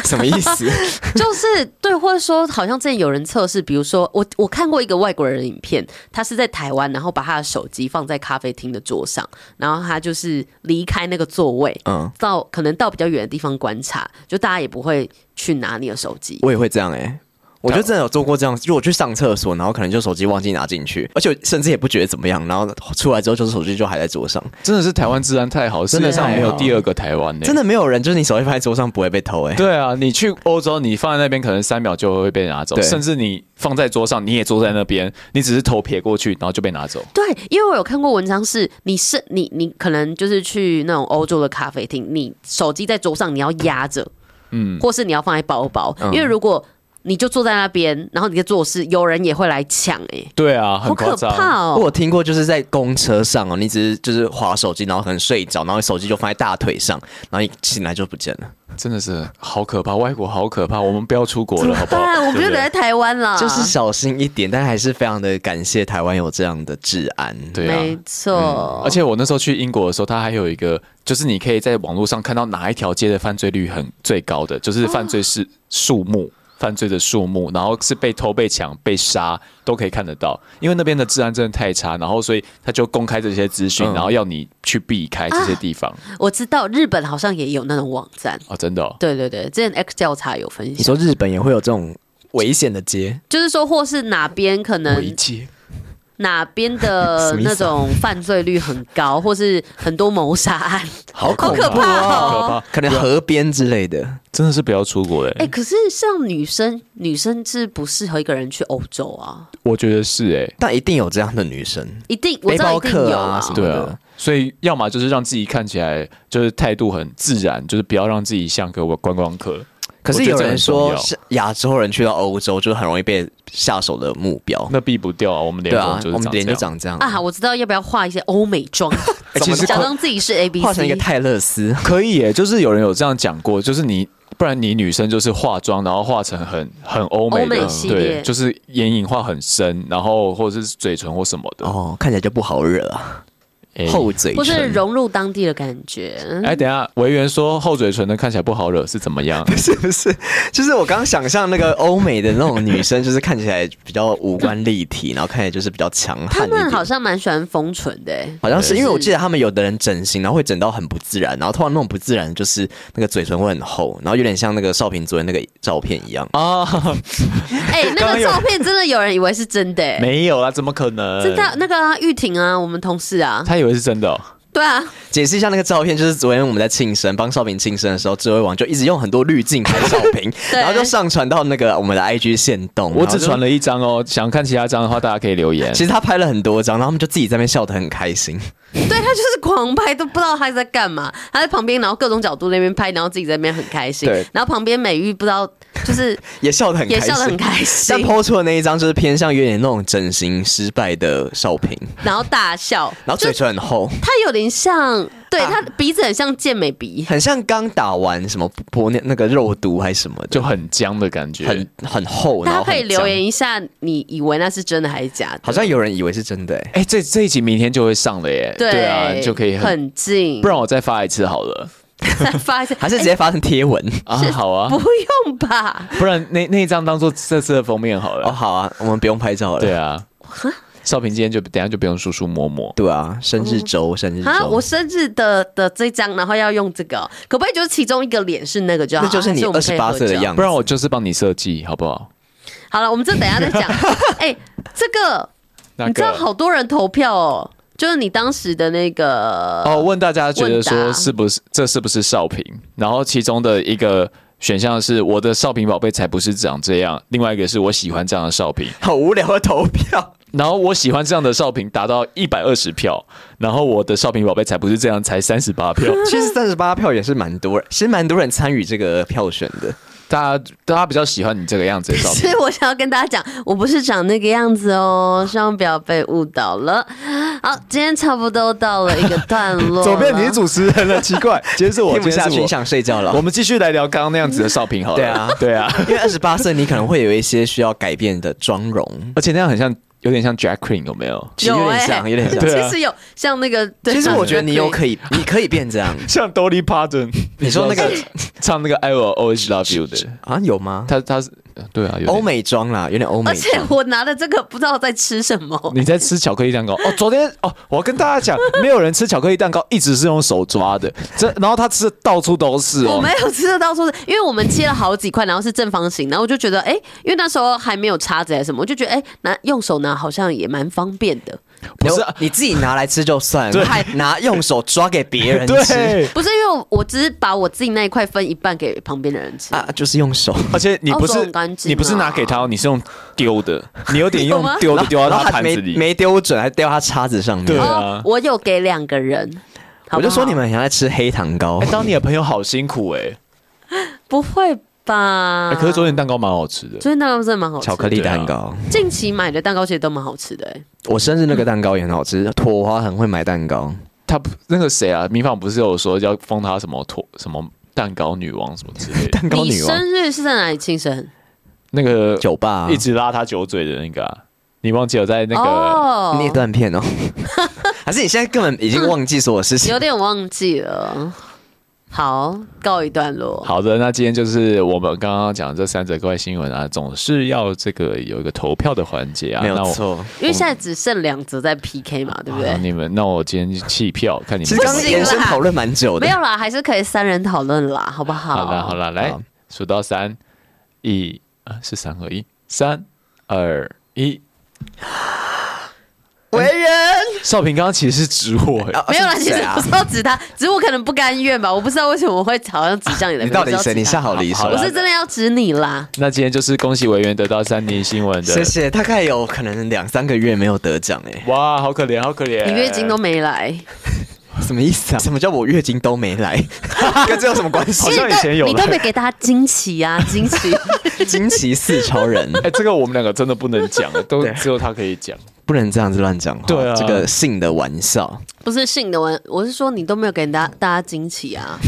Speaker 2: 什么意 思？
Speaker 3: 就是对，或者说好像之前有人测试，比如说我我看过一个外国人的影片，他是在台湾，然后把他的手机放在咖啡厅的桌上，然后他就是离开那个座位，
Speaker 2: 嗯，
Speaker 3: 到可能到比较远的地方观察，就大家也不会去拿你的手机。
Speaker 2: 我也会这样哎、我就真的有做过这样，就我去上厕所，然后可能就手机忘记拿进去，而且我甚至也不觉得怎么样，然后出来之后就是手机就还在桌上，
Speaker 1: 真的是台湾治安太好，世界上没有第二个台湾呢、
Speaker 2: 真的没有人就是你手机放在桌上不会被偷哎、
Speaker 1: 对啊，你去欧洲，你放在那边可能三秒就会被拿走，
Speaker 2: 对
Speaker 1: 甚至你放在桌上，你也坐在那边，你只是头撇过去，然后就被拿走。
Speaker 3: 对，因为我有看过文章是，你是你你可能就是去那种欧洲的咖啡厅，你手机在桌上你要压着，嗯，或是你要放在包包，
Speaker 1: 嗯
Speaker 3: 因为如果你就坐在那边，然后你在做事，有人也会来抢、欸，
Speaker 1: 对啊，
Speaker 3: 哎，
Speaker 1: 很
Speaker 3: 好
Speaker 1: 夸
Speaker 3: 可
Speaker 1: 张。
Speaker 3: 怕
Speaker 2: 我
Speaker 3: 哦。
Speaker 2: 有听过，就是在公车上哦，你只是就是划手机，然后可能睡着，然后手机就放在大腿上，然后一醒来就不见了，
Speaker 1: 真的是好可怕，外国好可怕，我们不要出国了，好不
Speaker 3: 当
Speaker 1: 好？
Speaker 3: 然，我们就
Speaker 1: 对不
Speaker 3: 留
Speaker 1: 哦对
Speaker 3: 在台湾啦，
Speaker 2: 就是小心一点，但还是非常的感谢台湾有这样的治安。
Speaker 1: 对啊，
Speaker 3: 没错、
Speaker 1: 而且我那时候去英国的时候，它还有一个，就是你可以在网络上看到哪一条街的犯罪率很最高的，就是犯罪是数目。犯罪的数目，然后是被偷、被抢、被杀，都可以看得到，因为那边的治安真的太差，然后所以他就公开这些资讯，
Speaker 2: 嗯
Speaker 1: 然后要你去避开这些地方。
Speaker 3: 我知道日本好像也有那种网站，
Speaker 1: 哦，真的、哦，
Speaker 3: 对对对，之前 X 调查有分
Speaker 2: 你
Speaker 3: 析，
Speaker 2: 说日本也会有这种危险的街？
Speaker 3: 就是说或是哪边可能
Speaker 1: 违戒
Speaker 3: 哪边
Speaker 2: 什
Speaker 3: 的
Speaker 2: 么意思啊
Speaker 3: 那种犯罪率很高，或是很多谋 杀案。
Speaker 2: 好
Speaker 3: 恐怖好可怕哦
Speaker 1: 好可怕，
Speaker 2: 可能河边之类的，
Speaker 1: 啊真的是不要出国哎、
Speaker 3: 哎、可是像女生，女生是不适合一个人去欧洲啊，
Speaker 1: 我觉得是哎、
Speaker 2: 但一定有这样的女生，
Speaker 3: 一定我知道一定
Speaker 2: 背包
Speaker 3: 有
Speaker 2: 客啊什么
Speaker 1: 对
Speaker 2: 好的
Speaker 1: 啊，所以要么就是让自己看起来就是态度很自然，就是不要让自己像个观光客。
Speaker 2: 可是有人
Speaker 1: 我觉得这很重
Speaker 2: 说
Speaker 1: 要
Speaker 2: 是亚洲人去到欧洲就很容易被下手的目标，
Speaker 1: 那避不掉啊，我们
Speaker 2: 对
Speaker 1: 脸
Speaker 2: 啊
Speaker 1: 孔，就是
Speaker 2: 我们
Speaker 1: 长这
Speaker 2: 脸就
Speaker 1: 样。
Speaker 2: 长这样
Speaker 3: 啊，，我知道要不要画一些欧美 妆，
Speaker 1: 其实
Speaker 3: 假装自己是 A B
Speaker 2: 哎画成一个
Speaker 3: C。
Speaker 2: 泰勒斯，
Speaker 1: 可以耶，就是有人有这样讲过，就是你。不然你女生就是化妆，然后化成很很欧美的
Speaker 3: 欧美系列
Speaker 1: 对，就是眼影画很深，然后或者是嘴唇或什么的。
Speaker 2: 哦，看起来就不好惹啊，
Speaker 1: 哎
Speaker 2: 厚嘴
Speaker 3: 或是
Speaker 2: 唇。
Speaker 3: 融入当地的感 觉，
Speaker 1: 哎，等一下，维园说厚嘴唇的看起来不好惹是怎么样？
Speaker 2: 是 不是？就是我刚想象那个欧美的那种女生，就是看起来比较五官立体，然后看起来就是比较强
Speaker 3: 他
Speaker 2: 悍一
Speaker 3: 们
Speaker 2: 点。
Speaker 3: 好像蛮喜欢封唇 的、欸。
Speaker 2: 好像是
Speaker 3: 对
Speaker 2: 因为我记得他们有的人整形，然后会整到很不自然，然后通常那种不自然就是那个嘴唇会很厚，然后有点像那个少平昨天那个照片一样。
Speaker 1: 啊，
Speaker 3: 哎、那
Speaker 1: 刚
Speaker 3: 个
Speaker 1: 有
Speaker 3: 照片真的有人以为是真的、欸，
Speaker 1: 没有啦，怎么可能？
Speaker 3: 真的啊那个啊，玉婷啊，我们同事啊，
Speaker 1: 他以为是真的哦、
Speaker 3: 对啊，
Speaker 2: 解释一下那个照片，就是昨天我们在庆生，帮少平庆生的时候，智慧王就一直用很多滤镜拍少平，
Speaker 3: 对
Speaker 2: 然后就上传到那个我们的 IG 线动。
Speaker 1: 我只传
Speaker 2: 了，
Speaker 1: 了一张哦，想看其他张的话，大家可以留言。
Speaker 2: 嗯其实他拍了很多张，然后他们就自己在那边笑得很开心。
Speaker 3: 对他就是狂拍，都不知道他在干嘛。他在旁边，然后各种角度那边拍，然后自己在那边很开心
Speaker 2: 对。
Speaker 3: 然后旁边美玉不知道，就是
Speaker 2: 也笑得很开
Speaker 3: 也
Speaker 2: 心，
Speaker 3: 笑得很 开
Speaker 2: 但
Speaker 3: 心，
Speaker 2: 抛出的那一张就是偏向有点那种整形失败的少平，
Speaker 3: 然后大笑，
Speaker 2: 然后嘴
Speaker 3: 就
Speaker 2: 唇很厚，
Speaker 3: 他有点像，对他
Speaker 2: 啊
Speaker 3: 鼻子很像健美鼻，
Speaker 2: 很像刚打完什么玻尿那个肉毒还是什么的，
Speaker 1: 就很僵的感觉，
Speaker 2: 很很厚。然
Speaker 3: 大
Speaker 2: 后
Speaker 3: 家可以
Speaker 2: 很僵
Speaker 3: 留言，一下，你以为那是真的还是假的？
Speaker 2: 好像有人以为是真的、欸，
Speaker 1: 哎、这这一集明天就会上了耶，
Speaker 3: 对
Speaker 1: 啊，就可以很，
Speaker 3: 很近，
Speaker 1: 不然我再发一次好了。
Speaker 3: 再发一次，
Speaker 2: 还是直接发成贴 文？
Speaker 1: 啊，好啊，
Speaker 3: 不用吧？
Speaker 1: 不然那那一张当做这次的封面好了。
Speaker 2: 哦，好啊，我们不用拍照了。
Speaker 1: 对啊，少平今天就等一下就不用数数摸摸。
Speaker 2: 对啊，生日周，生日
Speaker 3: 啊，
Speaker 2: 周，
Speaker 3: 我生日的的这张，然后要用这个哦、可不可以就是其中一个脸是那个就好？
Speaker 2: 那就是你
Speaker 3: 啊还我
Speaker 2: 二
Speaker 3: 们可
Speaker 2: 十
Speaker 3: 以
Speaker 2: 八
Speaker 3: 合
Speaker 2: 岁的
Speaker 3: 照
Speaker 2: 样子。
Speaker 1: 不然我就是帮你设计好不好？
Speaker 3: 好了，我们这等一下再 讲。哎、这个
Speaker 1: 那
Speaker 3: 你知道
Speaker 1: 个
Speaker 3: 好多人投票哦，就是你当时的那个
Speaker 1: 哦，问大家觉得
Speaker 3: 问
Speaker 1: 说
Speaker 3: 答
Speaker 1: 是不是这是不是少平？然后其中的一个选项是我的少平宝贝才不是长这样，另外一个是我喜欢这样的少平。
Speaker 2: 好无聊的投 票，
Speaker 1: 然后我喜欢这样的少平达到一百二十票，然后我的少平宝贝才不是这样，才三十八 票。
Speaker 2: 其实三十八票也是蛮多人，其实蛮多人参与这个票选的。
Speaker 1: 大家大家比较喜欢你这个样子的少平
Speaker 3: 所以我想要跟大家讲，我不是长那个样子哦，希望不要被误导了。好，今天差不多到了一个段 落了。
Speaker 1: 主持人了，奇怪，今天是
Speaker 2: 听不下去，想睡觉了
Speaker 1: 我。们继续来聊刚刚那样子的少平好了。
Speaker 2: 对啊
Speaker 1: 对啊，
Speaker 2: 因为二十八岁，你可能会有一些需要改变的妆 容，
Speaker 1: 而且那样很像，有点像 Jack Queen 有没有？
Speaker 2: 其实有点
Speaker 3: 欸
Speaker 2: 像，有点 像。
Speaker 1: 对啊
Speaker 3: 其实有像那个，对
Speaker 2: 其实我觉得你有
Speaker 3: 以。
Speaker 2: 可以，你可以变这样。
Speaker 1: 像 Dolly Parton，
Speaker 2: 你说那个
Speaker 1: 唱那个 I will always love you 的，
Speaker 2: 啊，有吗？
Speaker 1: 他他是对啊，有点
Speaker 3: Oh
Speaker 2: 欧。美妆啦，有点欧美
Speaker 3: 而且
Speaker 2: 妆。
Speaker 3: 我拿的这个不知道在吃什么，
Speaker 1: 你在吃巧克力蛋糕哦？昨天哦，我要跟大家讲， 没有人吃巧克力蛋糕一直是用手抓的，这然后他吃的到处都是哦。
Speaker 3: 我没有吃得到，说是因为我们切了好几块，然后是正方形，然后我就觉得，哎、因为那时候还没有叉子还是什么，我就觉得，哎、拿用手拿好像也蛮方便的。
Speaker 1: 不是啊
Speaker 2: 你自己拿来吃就算
Speaker 1: 对
Speaker 2: 了，还拿用手抓给别人吃
Speaker 1: 对，
Speaker 3: 不是因为我我只是把我自己那一块分一半给旁边的人吃，
Speaker 2: 啊，就是 用手。
Speaker 1: 而且你不是、
Speaker 3: 哦手很干净啊
Speaker 1: 你不是拿给他哦，你是用丢的，你有点用
Speaker 3: 有吗
Speaker 1: 丢的丢到
Speaker 2: 然后
Speaker 1: 他
Speaker 2: 还
Speaker 1: 盘
Speaker 2: 没
Speaker 1: 子里。
Speaker 2: 没丢准，还丢他叉子上面。
Speaker 1: 对啊
Speaker 3: 哦，我有给两个人，
Speaker 2: 我
Speaker 3: 好不好
Speaker 2: 就说你们很像在吃黑糖糕
Speaker 1: 哎、。当你的朋友好辛苦哎、
Speaker 3: 不会吧？
Speaker 1: 哎可是昨天蛋糕蛮好吃的。
Speaker 3: 昨天蛋糕真的蛮好吃的，
Speaker 2: 巧克力蛋糕，
Speaker 1: 啊
Speaker 3: 近期买的蛋糕其实都蛮好吃的、哎，
Speaker 2: 我生日那个蛋糕也很好吃。妥华很会买蛋糕，
Speaker 1: 他不那个谁啊，米坊不是有说要封他什么托什么蛋糕女王什么之类的，
Speaker 2: 蛋糕
Speaker 3: 你
Speaker 2: 女王，
Speaker 3: 生日是在哪里庆生？
Speaker 1: 那个
Speaker 2: 酒吧啊
Speaker 1: 一直拉他酒嘴的那个啊、你忘记有在那个、
Speaker 3: 哦
Speaker 2: 你也断片 哦，还是你现在根本已经忘记所有事 情
Speaker 3: 有？点忘记了。好，告一段落。
Speaker 1: 好的，那今天就是我们刚刚讲的这三则怪新闻啊，总是要这个有一个投票的环节啊。
Speaker 2: 没
Speaker 1: 那
Speaker 2: 有
Speaker 1: 我。
Speaker 2: 错。
Speaker 3: 因为现在只剩两则在 PK 嘛，对不
Speaker 1: 啊
Speaker 3: 对？
Speaker 1: 你们，那我今天就弃票，看你们
Speaker 2: 其
Speaker 1: 怎
Speaker 2: 实
Speaker 1: 么
Speaker 2: 刚
Speaker 1: 想。
Speaker 2: 刚延伸讨论蛮久的嗯
Speaker 3: 没，有啦，还是可以三人讨论啦，好不好？
Speaker 1: 好啦好
Speaker 3: 了，
Speaker 1: 啦，来
Speaker 2: 好
Speaker 1: 数到三，一啊是三合一，三二一。
Speaker 2: 为人
Speaker 1: 少平刚刚其实是指我、欸，
Speaker 3: 没有啦，其实
Speaker 2: 谁啊
Speaker 3: 不？是要指他，只是我可能不甘愿吧，我不知道为什么我会好像指向你的。
Speaker 2: 你到
Speaker 3: 我
Speaker 2: 底
Speaker 3: 是要
Speaker 2: 谁？
Speaker 3: 指
Speaker 2: 你
Speaker 3: 他
Speaker 2: 下好离手
Speaker 1: 好
Speaker 3: 我
Speaker 1: 啦
Speaker 3: 是真的要指你啦。
Speaker 1: 那今天就是恭喜委员得到三年新闻的，
Speaker 2: 谢谢，大概有可能两三个月没有得奖哎，
Speaker 1: 哇，好可怜，好可怜，
Speaker 3: 你月经都没来，
Speaker 2: 什么意思啊？什么叫我月经都没来？ 跟这有什么关系
Speaker 1: 好？像以前有
Speaker 3: 你
Speaker 1: 了
Speaker 3: 都。没给大家惊奇啊， 惊奇！
Speaker 2: 惊奇四超人
Speaker 1: 哎、这个我们两个真的不能 讲，都
Speaker 2: 对
Speaker 1: 只有他可以讲。
Speaker 2: 不能这样子乱讲话，
Speaker 1: 对啊
Speaker 2: 这个性的玩笑，
Speaker 3: 不是性的文，我是说你都没有给大大家惊奇啊。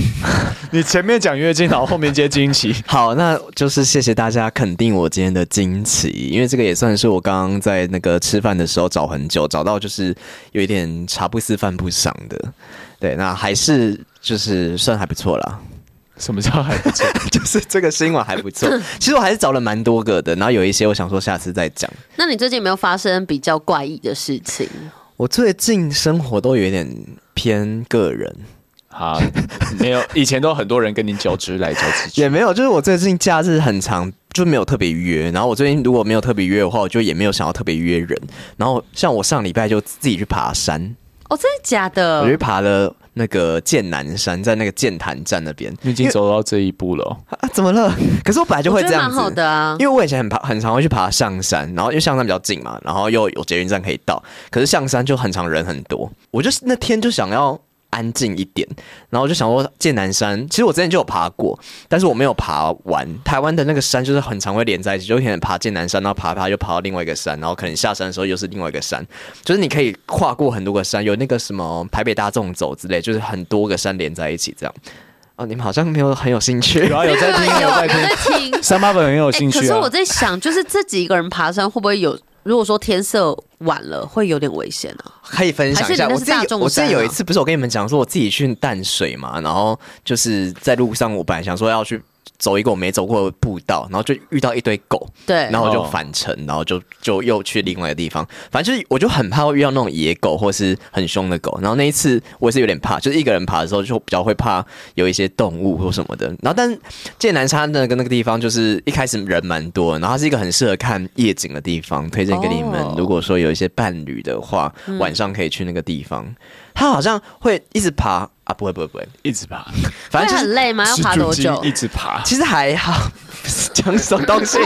Speaker 1: 你前面讲月经，然后后面接惊奇，
Speaker 2: 好，那就是谢谢大家肯定我今天的惊奇，因为这个也算是我刚刚在那个吃饭的时候找很久，找到就是有一点茶不思饭不想的。对，那还是就是算还不错 啦，
Speaker 1: 什么叫还不错？
Speaker 2: 就是这个新闻还不错。其实我还是找了蛮多个的，然后有一些我想说下次再讲。
Speaker 3: 那你最近有没有发生比较怪异的事情？
Speaker 2: 我最近生活都有一点偏个人，
Speaker 1: 好，没有，以前都很多人跟你交织来交织去
Speaker 2: 也。没有，就是我最近假日很长，就没有特别约。然后我最近如果没有特别约的话，我就也没有想要特别约人。然后像我上礼拜就自己去爬山，
Speaker 3: 哦，真的假
Speaker 2: 我去
Speaker 3: 的？
Speaker 2: 爬了那个剑南山，在那个剑潭站那边。
Speaker 1: 你已经走到这一步了哦，
Speaker 2: 啊，怎么了？可是我本来就
Speaker 3: 我
Speaker 2: 会
Speaker 3: 觉
Speaker 2: 这
Speaker 3: 得
Speaker 2: 样
Speaker 3: 蛮
Speaker 2: 子，
Speaker 3: 好的啊。
Speaker 2: 因为我以前很爬，很常会去爬象山，然后因为象山比较近嘛，然后又有捷运站可以到，可是象山就很常人很多，我就是那天就想要安静一点，然后我就想说剑南山，其实我之前就有爬过，但是我没有爬完。台湾的那个山就是很常会连在一起，就可能爬剑南山，然后爬一爬又爬到另外一个山，然后可能下山的时候又是另外一个山，就是你可以跨过很多个山，有那个什么台北大众走之类，就是很多个山连在一起这样。哦，你们好像没有很有 兴趣，
Speaker 1: 有啊，有在听，有
Speaker 3: 有
Speaker 1: 在
Speaker 3: 在
Speaker 1: 听，
Speaker 3: 听。
Speaker 1: 三八粉很有
Speaker 3: 哎，
Speaker 1: 兴趣、啊
Speaker 3: 可是我在想，就是自己一个人爬山会不会有如果说天色晚了，会有点危险啊。
Speaker 2: 可以分享一下，
Speaker 3: 还是你那
Speaker 2: 我
Speaker 3: 是
Speaker 2: 自己
Speaker 3: 大众
Speaker 2: 我自己
Speaker 3: 山啊
Speaker 2: 有一次不是我跟你们讲说我自己去淡水嘛，然后就是在路上我本来想说要去走一个我没走过的步道，然后就遇到一堆狗，
Speaker 3: 对，
Speaker 2: 然后我就
Speaker 1: 哦
Speaker 2: 返程，然后就就又去另外一个地方，反正就是我就很怕会遇到那种野狗或是很凶的狗，然后那一次我也是有点怕，就是一个人爬的时候就比较会怕有一些动物或什么的，然后但剑南山那个那个地方就是一开始人蛮多，然后它是一个很适合看夜景的地方，推荐给你们
Speaker 3: 哦，嗯
Speaker 2: 如果说有一些伴侣的话，晚上可以去那个地方，它好像会一直爬啊，不会不会不会，
Speaker 1: 一直爬，
Speaker 2: 反正
Speaker 3: 会
Speaker 2: 就
Speaker 3: 很
Speaker 2: 是。
Speaker 3: 累吗？要爬
Speaker 1: 蜘蛛
Speaker 3: 多
Speaker 1: 精
Speaker 3: 久？
Speaker 1: 一直爬，
Speaker 2: 其实还好，讲什么 东西？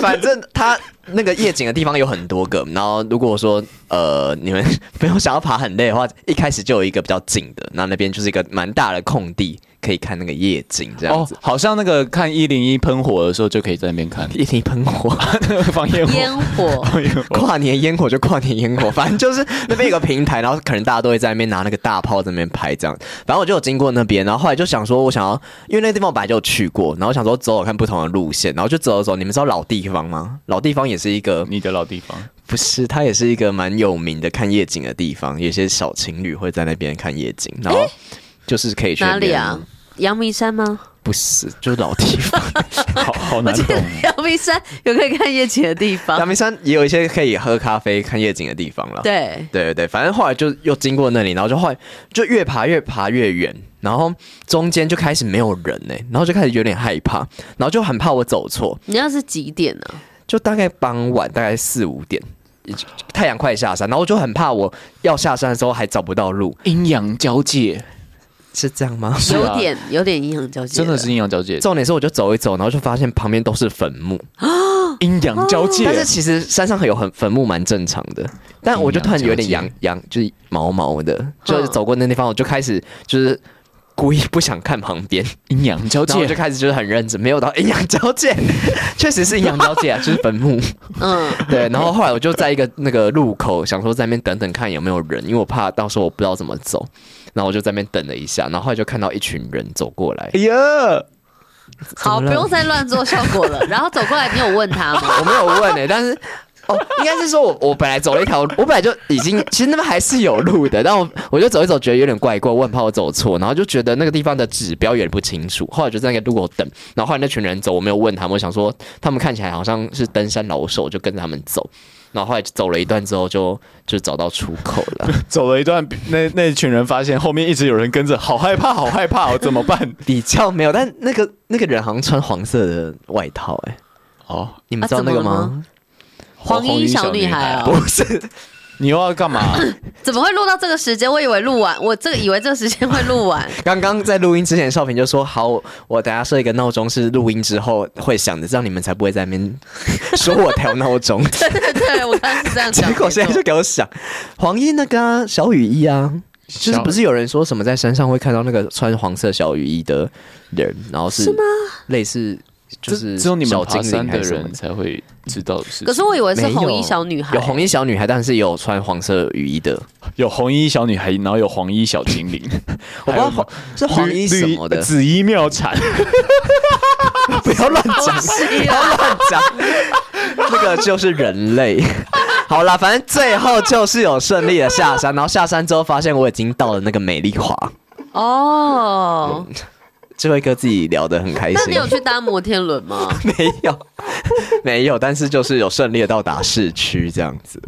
Speaker 2: 反正它那个夜景的地方有很多个，然后如果说呃你们 没有想要爬很累的话，一开始就有一个比较近的，那那边就是一个蛮大的空地，可以看那个夜景这样
Speaker 1: 哦
Speaker 2: 子。，
Speaker 1: 好像那个看一零一喷火的时候就可以在那边看
Speaker 2: 夜景喷火，
Speaker 1: 放烟火，
Speaker 3: 烟火
Speaker 1: 放烟火，
Speaker 2: 跨年烟火就跨年烟火， 反正就是那边有个平台，然后可能大家都会在那边拿那个大炮在那边拍这样。反正我就有经过那边，然后后来就想说，我想要，因为那个地方我本来就有去过，然后想说走走看不同的路线，然后就走走走。你们知道老地方吗？老地方也是一个，
Speaker 1: 你的老地方，
Speaker 2: 不是，它也是一个蛮有名的看夜景的地方，有些小情侣会在那边看夜景，然后就是可以去
Speaker 3: 哪
Speaker 2: 那
Speaker 3: 里
Speaker 2: 边
Speaker 3: 啊？？阳明山吗？
Speaker 2: 不是，就是老地 方。
Speaker 1: 好好难懂。
Speaker 3: 阳明山有可以看夜景的地
Speaker 2: 阳
Speaker 3: 方。
Speaker 2: 明山也有一些可以喝咖啡看夜景的地方了。
Speaker 3: 对，
Speaker 2: 对对对，反正后来就又经过那里，然后就后来就越爬越爬越远，然后中间就开始没有人呢、然后就开始有点害怕，然后就很怕我走错，
Speaker 3: 你那是几点啊呢、
Speaker 2: 就大概傍晚大概四五点，太阳快下山，然后我就很怕我要下山的时候还找不到路，
Speaker 1: 阴阳交界，
Speaker 2: 是这样吗？
Speaker 1: 是啊
Speaker 3: 有点有点阴阳交界，
Speaker 1: 真的是阴阳交界，
Speaker 2: 重点是我就走一走，然后就发现旁边都是坟墓，
Speaker 1: 阴阳交
Speaker 3: 哦
Speaker 1: 界
Speaker 2: 但是其实山上有很坟墓蛮正常的，但我就突然有点痒痒，就是毛毛的，就是走过那地方，我就开始就是故意不想看旁边。
Speaker 1: 阴阳交
Speaker 2: 然后我
Speaker 1: 界
Speaker 2: 就开始就是很认真，没有到阴阳交界， 确实是阴阳交界啊，就是坟墓。
Speaker 3: 嗯，
Speaker 2: 对，然后后来我就在一个那个路口，想说在那边等等看有没有人，因为我怕到时候我不知道怎么走。然后我就在那边等了一下，然后后来就看到一群人走过来
Speaker 1: 哎，呀，
Speaker 3: 好，
Speaker 2: 怎么
Speaker 3: 不
Speaker 2: 了
Speaker 3: 用再乱做效果了。然后走过来，你有问他吗？
Speaker 2: 我没有问诶、但是。哦，应该是说我我本来走了一条，我本来就已经其实那边还是有路的，但我我就走一走，觉得有点怪怪，我很怕我走错，然后就觉得那个地方的指标有点不清楚，后来就在那个路口等，然后后来那群人走，我没有问他们，我想说他们看起来好像是登山老手，我就跟着他们走，然后后来走了一段之后就就找到出口了，
Speaker 1: 走了一段，那那群人发现后面一直有人跟着，好害怕，好害怕，哦，怎么办？
Speaker 2: 比较没有，但那个那个人好像穿黄色的外套、欸，哎，
Speaker 1: 哦，
Speaker 2: 你们知道那个
Speaker 3: 啊怎么了
Speaker 2: 吗？
Speaker 3: 黄衣小女孩
Speaker 1: 啊
Speaker 3: 哦，
Speaker 2: 不是，
Speaker 1: 你又要干 嘛？
Speaker 3: 怎么会录到这个时间？我以为录完，我这个以为这个时间会录完。
Speaker 2: 刚刚在录音之前，少平就说：“好，我等下设一个闹钟，是录音之后会响的，这样你们才不会在那边说我调 闹钟。
Speaker 3: 对对对，我刚刚是这样”
Speaker 2: 结
Speaker 3: 讲。
Speaker 2: 果现在就给我响。黄衣那个啊、小雨衣啊，就是不是有人说什么在山上会看到那个穿黄色小雨衣的人，然后是类似就
Speaker 1: 就是只有你们
Speaker 2: 小
Speaker 1: 爬
Speaker 2: 精灵
Speaker 1: 山的
Speaker 2: 还是什么
Speaker 1: 人才会知道的事情。
Speaker 3: 可是我以为是
Speaker 2: 没有
Speaker 3: 红衣小女孩，
Speaker 2: 有红衣小女孩，但是有穿黄色雨衣的，
Speaker 1: 有红衣小女孩，然后有黄衣小精 灵，
Speaker 2: 我不知道黄是黄衣什么
Speaker 1: 绿
Speaker 2: 的
Speaker 1: 绿，紫衣妙禅，
Speaker 2: 不要乱讲。
Speaker 3: 是
Speaker 2: 不要
Speaker 3: 啊，
Speaker 2: 乱讲，那个就是人 类。好啦，反正最后就是有顺利的下山，然后下山之后发现我已经到了那个美丽华，
Speaker 3: 哦。
Speaker 2: 智慧哥自己聊得很开
Speaker 3: 那
Speaker 2: 心
Speaker 3: 你。有去搭摩天轮吗？
Speaker 2: 没有， 没有，但是就是有顺利的到达市区这样子。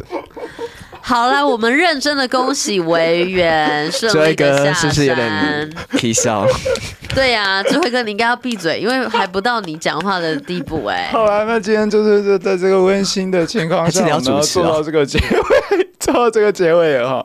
Speaker 3: 好啦，我们认真的恭喜维园顺
Speaker 2: 智
Speaker 3: 利
Speaker 2: 慧
Speaker 3: 的
Speaker 2: 哥
Speaker 3: 下山。
Speaker 2: 是不是有点皮笑？
Speaker 3: 对呀、智慧哥，你应该要闭嘴，因为还不到你讲话的地步哎、
Speaker 1: 好啦，那今天就是在在这个温馨的情况
Speaker 2: 还是
Speaker 1: 下，
Speaker 2: 你要
Speaker 1: 我们要
Speaker 2: 主持
Speaker 1: 做
Speaker 2: 啊
Speaker 1: 到这个结尾， 做到这个结尾了哈。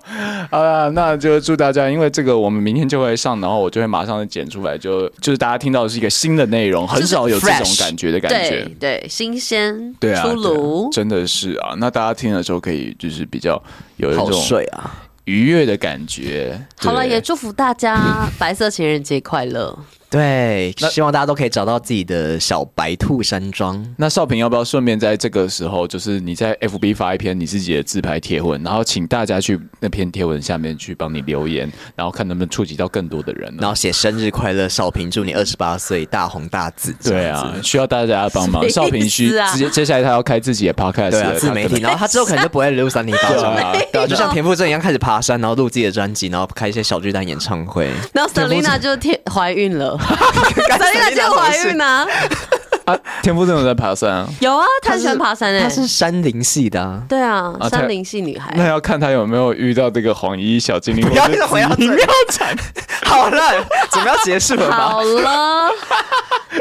Speaker 1: 好啦，那就祝大家，因为这个我们明天就会上，然后我就会马上就剪出来，就就是大家听到的是一个新的内容，很少有这种
Speaker 2: fresh
Speaker 1: 感觉的感觉
Speaker 3: 对。对，新鲜
Speaker 1: 对啊，
Speaker 3: 出
Speaker 1: 对啊
Speaker 3: 炉，
Speaker 1: 真的是啊。那大家听的时候可以就是比较有一
Speaker 2: 好
Speaker 1: 种
Speaker 2: 睡啊！
Speaker 1: 愉悦的感觉。
Speaker 3: 好了，
Speaker 1: 对
Speaker 3: 也祝福大家白色情人节快乐。
Speaker 2: 对，
Speaker 1: 那
Speaker 2: 希望大家都可以找到自己的小白兔山庄。
Speaker 1: 那少平要不要顺便在这个时候，就是你在 FB 发一篇你自己的自拍贴文，然后请大家去那篇贴文下面去帮你留言，然后看能不能触及到更多的人
Speaker 2: 然
Speaker 1: 呢？
Speaker 2: 后写生日快乐，少平，祝你二十八岁大红大紫。
Speaker 1: 对啊，需要大家的帮忙。
Speaker 3: 什么
Speaker 1: 少
Speaker 3: 意思啊
Speaker 1: 平需直接接下来他要开自己的 podcast，
Speaker 2: 这样子，对啊，
Speaker 1: 了
Speaker 2: 自媒体。然后他之后可能就不会 录三零八
Speaker 1: 对
Speaker 2: 了。
Speaker 1: 啊
Speaker 2: 对啊，就像田馥甄一样开始爬山，然后录自己的专辑，然后开一些小巨蛋演唱 会。
Speaker 3: 然后 Selina 就天怀 孕了，Selina 就怀孕啊，
Speaker 1: 啊，天赋真的有在爬山啊，
Speaker 3: 有啊，她很喜欢爬山诶、
Speaker 2: 他是山林系的啊。
Speaker 3: 对啊，
Speaker 1: 啊她
Speaker 3: 山林系女孩。
Speaker 1: 那要看他有没有遇到这个黄衣小精灵。
Speaker 2: 不要一直回到不要讲， 好了，准备要结束了吧？
Speaker 3: 好了，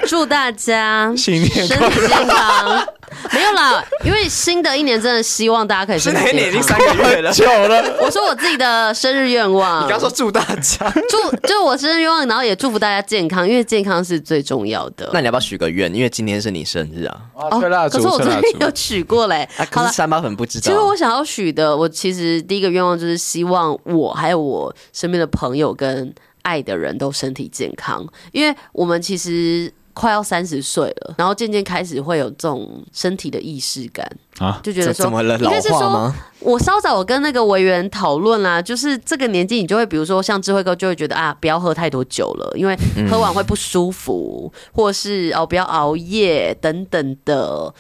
Speaker 3: 祝大家
Speaker 1: 新年
Speaker 3: 身
Speaker 1: 快乐
Speaker 3: 体健康。没有啦，因为新的一年真的希望大家可以
Speaker 2: 是
Speaker 3: 身
Speaker 2: 哪
Speaker 3: 体
Speaker 2: 一年已
Speaker 3: 健
Speaker 2: 经
Speaker 3: 康
Speaker 2: 三。个月了？
Speaker 1: 久了，
Speaker 3: 我说我自己的生日愿望
Speaker 2: 你，刚说祝大 家，
Speaker 3: 祝就是我生日愿望，然后也祝福大家健康，因为健康是最重要的。哦
Speaker 2: 那你要不要许个愿？因为今天是你生日啊！
Speaker 1: 哇吹蜡烛，
Speaker 3: 可是我
Speaker 1: 吹
Speaker 3: 昨
Speaker 1: 蜡
Speaker 3: 天有
Speaker 1: 烛。
Speaker 3: 取过嘞、
Speaker 2: 啊，
Speaker 3: 好
Speaker 2: 可
Speaker 3: 了
Speaker 2: 是，三八粉不知
Speaker 3: 其实
Speaker 2: 道
Speaker 3: 我。想要许的，我其实第一个愿望就是希望我还有我身边的朋友跟爱的人都身体健康，因为我们其实。快要三十岁了，然后渐渐开始会有这种身体的意识感
Speaker 1: 啊
Speaker 3: 就觉
Speaker 2: 这
Speaker 3: 得说
Speaker 2: 怎么了？
Speaker 3: 应
Speaker 2: 老
Speaker 3: 该是
Speaker 2: 化
Speaker 3: 说，
Speaker 2: 吗？
Speaker 3: 我稍早我跟那个委员讨论啦，就是这个年纪，你就会比如说像智慧哥就会觉得啊，不要喝太多酒了，因为
Speaker 2: 嗯
Speaker 3: 喝完会不舒服，或是哦不要熬夜等等的。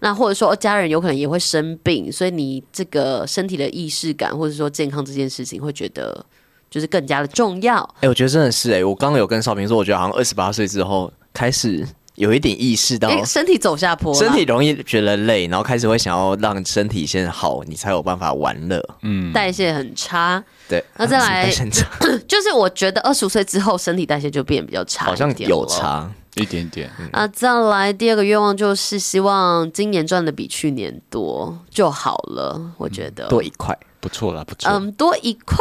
Speaker 3: 那或者说、哦家人有可能也会生病，所以你这个身体的意识感或者说健康这件事情，会觉得就是更加的重要。
Speaker 2: 哎、我觉得真的是哎、我刚刚有跟少平说，我觉得好像二十八岁之后开始有一点意识到
Speaker 3: 哎、身体走下坡啦，
Speaker 2: 身体容易觉得累，然后开始会想要让身体先好，你才有办法玩乐。
Speaker 3: 代谢很差，
Speaker 2: 对，
Speaker 3: 那嗯再来
Speaker 2: 代谢差
Speaker 3: 就是我觉得二十岁之后身体代谢就变比较差，
Speaker 2: 好像有。差。
Speaker 1: 一点点，
Speaker 3: 啊，再来第二个愿望就是希望今年赚的比去年多就好了，我觉得。
Speaker 2: 多一块，
Speaker 1: 不错啦，不错。
Speaker 3: 嗯，多一 块，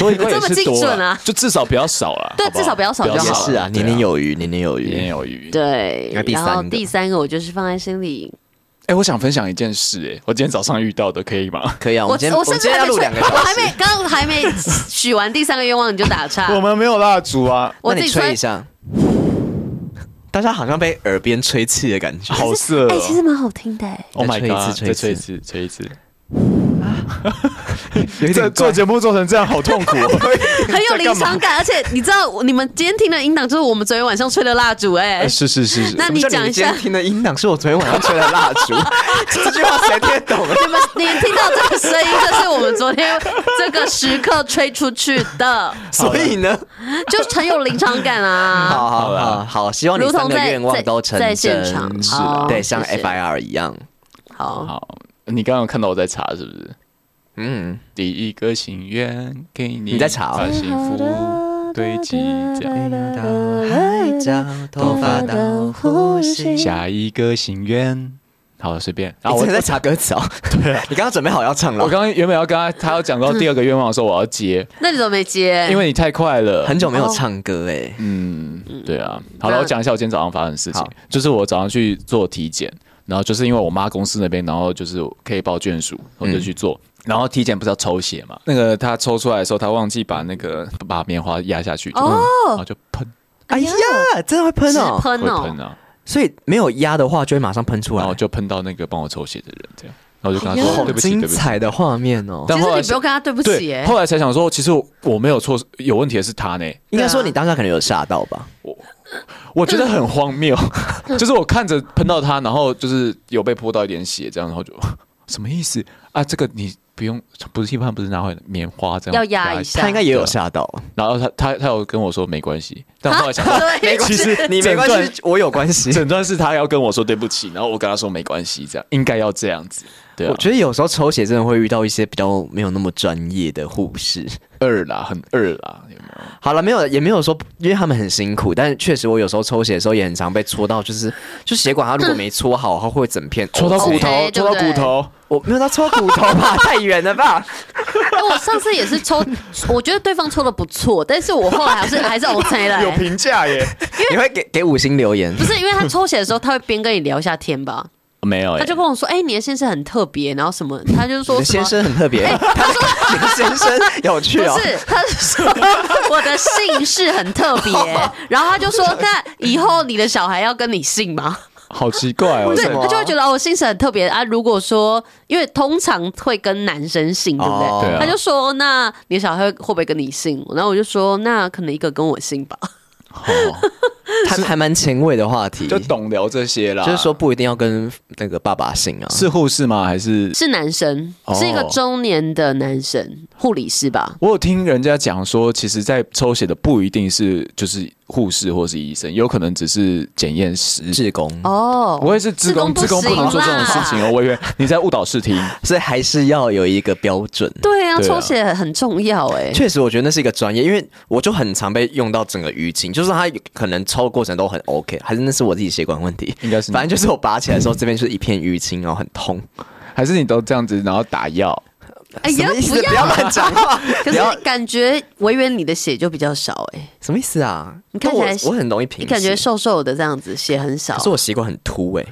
Speaker 1: 多一块也
Speaker 3: 这么
Speaker 1: 是
Speaker 3: 精
Speaker 1: 多
Speaker 3: 准
Speaker 1: 啦
Speaker 3: 啊
Speaker 1: 就至少不要少了。
Speaker 3: 对
Speaker 1: 好好
Speaker 3: 至少不要少就
Speaker 2: 也
Speaker 3: 好
Speaker 2: 是啊，年年，有余，年年有
Speaker 1: 对
Speaker 2: 余。
Speaker 3: 啊
Speaker 1: 年年有余。
Speaker 3: 对
Speaker 2: 那。第
Speaker 3: 然
Speaker 2: 三个
Speaker 3: 后第三个，我就是放在心里，
Speaker 1: 哎，我想分享一件事，哎，我今天早上遇到的，可以吗？
Speaker 2: 可以啊，我
Speaker 3: 我
Speaker 2: 们今天
Speaker 3: 我
Speaker 2: 们
Speaker 3: 甚
Speaker 2: 今
Speaker 3: 至
Speaker 2: 天
Speaker 3: 还
Speaker 2: 要
Speaker 3: 没
Speaker 2: 录
Speaker 3: 吹，
Speaker 2: 两个
Speaker 3: 我
Speaker 2: 小
Speaker 3: 还
Speaker 2: 时，
Speaker 3: 没刚刚还没许完第三个愿望你就 打岔，
Speaker 1: 我们没有蜡烛啊，
Speaker 3: 我
Speaker 2: 那
Speaker 3: 自
Speaker 2: 你
Speaker 3: 己
Speaker 2: 吹
Speaker 3: 吹
Speaker 2: 一。下。大家好像被耳边吹气的 感觉，
Speaker 1: 好
Speaker 2: 呃
Speaker 1: 色
Speaker 3: 哎，
Speaker 1: 哦
Speaker 3: 其实蛮好听的，哎
Speaker 1: Oh my
Speaker 2: 再吹一次
Speaker 1: god！
Speaker 2: 吹一
Speaker 1: 再
Speaker 2: 次
Speaker 1: 吹一次，吹一次。
Speaker 2: 有一
Speaker 1: 这
Speaker 2: 点
Speaker 1: 做
Speaker 2: 怪。
Speaker 1: 节目做成这样，好痛 苦哦。
Speaker 3: 很有临场感，而且你知道你们今天听的音档就是我们昨天晚上吹的蜡烛，哎
Speaker 2: 呃
Speaker 1: 哎，是是是是。
Speaker 3: 那你讲一
Speaker 2: 今
Speaker 3: 下
Speaker 2: 天，听的音档是我昨天晚上吹的蜡 烛，这句话谁听得懂啊？
Speaker 3: 你们你听到这个声音，这是我们昨天这个时刻吹出去 的。
Speaker 2: 所以呢，
Speaker 3: 就很有临场感啊。
Speaker 2: 好好
Speaker 1: 好
Speaker 2: 好
Speaker 1: 啦
Speaker 2: 好，希望你
Speaker 3: 如同
Speaker 2: 三个
Speaker 3: 在
Speaker 2: 愿望都成
Speaker 3: 在在
Speaker 2: 真，
Speaker 3: 现场
Speaker 2: 是
Speaker 3: 好
Speaker 2: 对，像
Speaker 3: 谢谢
Speaker 2: FIR 一样，
Speaker 3: 好，
Speaker 1: 好，你刚刚有看到我在查是不是？
Speaker 2: 嗯，
Speaker 1: 第一个心愿给你，
Speaker 2: 你在查哦
Speaker 1: 把幸福堆积这样。
Speaker 2: 海角，头发到呼吸。
Speaker 1: 下一个心愿，好随便。
Speaker 2: 啊，
Speaker 1: 啊，
Speaker 2: 我
Speaker 1: 我
Speaker 2: 在查歌词哦。对啊，你刚刚准备好要唱了
Speaker 1: 我，刚刚原本要跟他，他要 讲到第二个愿望的时候，我要接，
Speaker 3: 那你怎么没接？
Speaker 1: 因为你太快了。
Speaker 2: 很久没有唱歌哎。
Speaker 1: 嗯，对啊。好了，
Speaker 3: 那
Speaker 1: 我讲一下我今天早上发生的事情
Speaker 2: 好，
Speaker 1: 就是我早上去做体检，然后就是因为我妈公司那边，然后就是可以报眷属，我就去做。然后体检不是要抽血嘛？那个他抽出来的时候，他忘记把那个把棉花压下去，就、
Speaker 3: 哦
Speaker 1: 然后就喷，
Speaker 2: 哎呀，真的会喷
Speaker 3: 直
Speaker 2: 哦，
Speaker 1: 会
Speaker 3: 喷哦
Speaker 1: 喷，啊，
Speaker 2: 所以没有压的话就会马上喷出来
Speaker 1: 然。后哦就喷到那个帮我抽血的人，这样，然后我就跟他说
Speaker 2: 好
Speaker 1: 对不起，啊对
Speaker 2: 精
Speaker 1: 不起。
Speaker 2: 彩的画面哦！
Speaker 1: 但
Speaker 3: 其实
Speaker 1: 后来
Speaker 3: 你不用跟他对不起
Speaker 1: 对，
Speaker 3: 耶。
Speaker 1: 后来才想说，其实我我没有错，有问题的是他呢。
Speaker 2: 应该说你当下可能有吓到吧？
Speaker 1: 我觉得很荒谬， 就是我看着喷到他，然后就是有被泼到一点血，这样，然后就 什么意思啊？这个你不用，不是一般不是拿回来棉花这样
Speaker 3: 要压一下
Speaker 2: 他应该也有吓到。
Speaker 1: 然后他他他有跟我说没关系，但 我后来想说，
Speaker 3: 对，
Speaker 1: 哎
Speaker 3: 哎
Speaker 1: 其 实
Speaker 2: 你没关
Speaker 1: 整
Speaker 2: 系，我有关系
Speaker 1: 段，。整段是他要跟我说对不起，然后我跟他说没关系，这样应该要这样子。对啊
Speaker 2: 我，觉得有时候抽血真的会遇到一些比较没有那么专业的护士。
Speaker 1: 二啦，很二啦，有没有？
Speaker 2: 好了，没有也没有说，因为他们很辛苦，但是确实我有时候抽血的时候也很常被戳到，就是就血管它如果没戳好，它会整片哦
Speaker 1: 戳到骨
Speaker 3: OK，
Speaker 1: 头，
Speaker 3: 哦对
Speaker 1: 戳
Speaker 3: 不
Speaker 1: 到
Speaker 3: 对
Speaker 1: 骨头，
Speaker 2: 我没有到戳骨头吧，太远了吧？
Speaker 3: 哎我上次也是抽， 我觉得对方抽的不错，但是我后来还是 还是 OK 了
Speaker 1: 有
Speaker 3: 耶。
Speaker 1: 评价耶。
Speaker 2: 你会给给五星留言
Speaker 3: 不？是因为他抽血的时候，他会边跟你聊一下天吧？
Speaker 1: 没有、欸，
Speaker 3: 他就跟我说：“哎、你的先生很特别，然后什么？”他就
Speaker 2: 你
Speaker 3: 说
Speaker 2: 的
Speaker 3: 什
Speaker 2: 先
Speaker 3: 么。
Speaker 2: 生很特别，他说你的先生有趣
Speaker 3: 不
Speaker 2: 哦，
Speaker 3: 是，他是说 我的姓氏很特别，然后 他就说：“那以后你的小孩要跟你姓吗？”
Speaker 1: 好奇怪哦
Speaker 2: 为。
Speaker 3: 对，
Speaker 2: 什么
Speaker 3: 他就会觉得哦我姓氏很特别啊。如果说，因为通常会跟男生姓，对不对？
Speaker 2: 哦
Speaker 1: 对啊
Speaker 3: 他就说：“那你的小孩会会不会跟你姓？”然后我就说：“那可能一个跟我姓吧。
Speaker 1: 哦
Speaker 2: 还还蛮前卫的话题，
Speaker 1: 就懂聊这些啦。
Speaker 2: 就是说不一定要跟那个爸爸姓啊，
Speaker 1: 是护士吗？还是”
Speaker 3: 是男生，
Speaker 1: 哦
Speaker 3: 是一个中年的男生，护理师吧？
Speaker 1: 我有听人家讲说，其实，在抽血的不一定是就是护士或是医生，有可能只是检验师。
Speaker 2: 志工，
Speaker 3: 哦，
Speaker 1: 不会是职工，职
Speaker 3: 志
Speaker 1: 工不
Speaker 3: 工不行
Speaker 1: 能做这种
Speaker 3: 啦
Speaker 1: 事情哦。我以为你在误导视听。
Speaker 2: 所以还是要有一个标准。
Speaker 3: 对啊，
Speaker 1: 对啊
Speaker 3: 抽血很重要哎、
Speaker 2: 确实，我觉得那是一个专业，因为我就很常被用到整个淤青，就是它有可能抽的过程都很 OK，还是那是我自己血管问题，
Speaker 1: 应该是你
Speaker 2: 反正就是我拔起来的时候，这边就是一片淤青，然后很痛。
Speaker 1: 还是你都这样子，然后打药？
Speaker 3: 哎
Speaker 2: 什
Speaker 3: 呀
Speaker 2: 么意思？
Speaker 3: 不要
Speaker 2: 不要乱讲 话，
Speaker 3: 可
Speaker 2: 不要
Speaker 3: 是感觉维园你的血就比较少哎、
Speaker 2: 什么意思啊？
Speaker 3: 你看
Speaker 2: 但
Speaker 3: 起
Speaker 2: 我
Speaker 3: 来
Speaker 2: 我很容易贫血，
Speaker 3: 你感觉哦瘦瘦的这样子，血很少欸
Speaker 2: 可。是我血管很凸哎、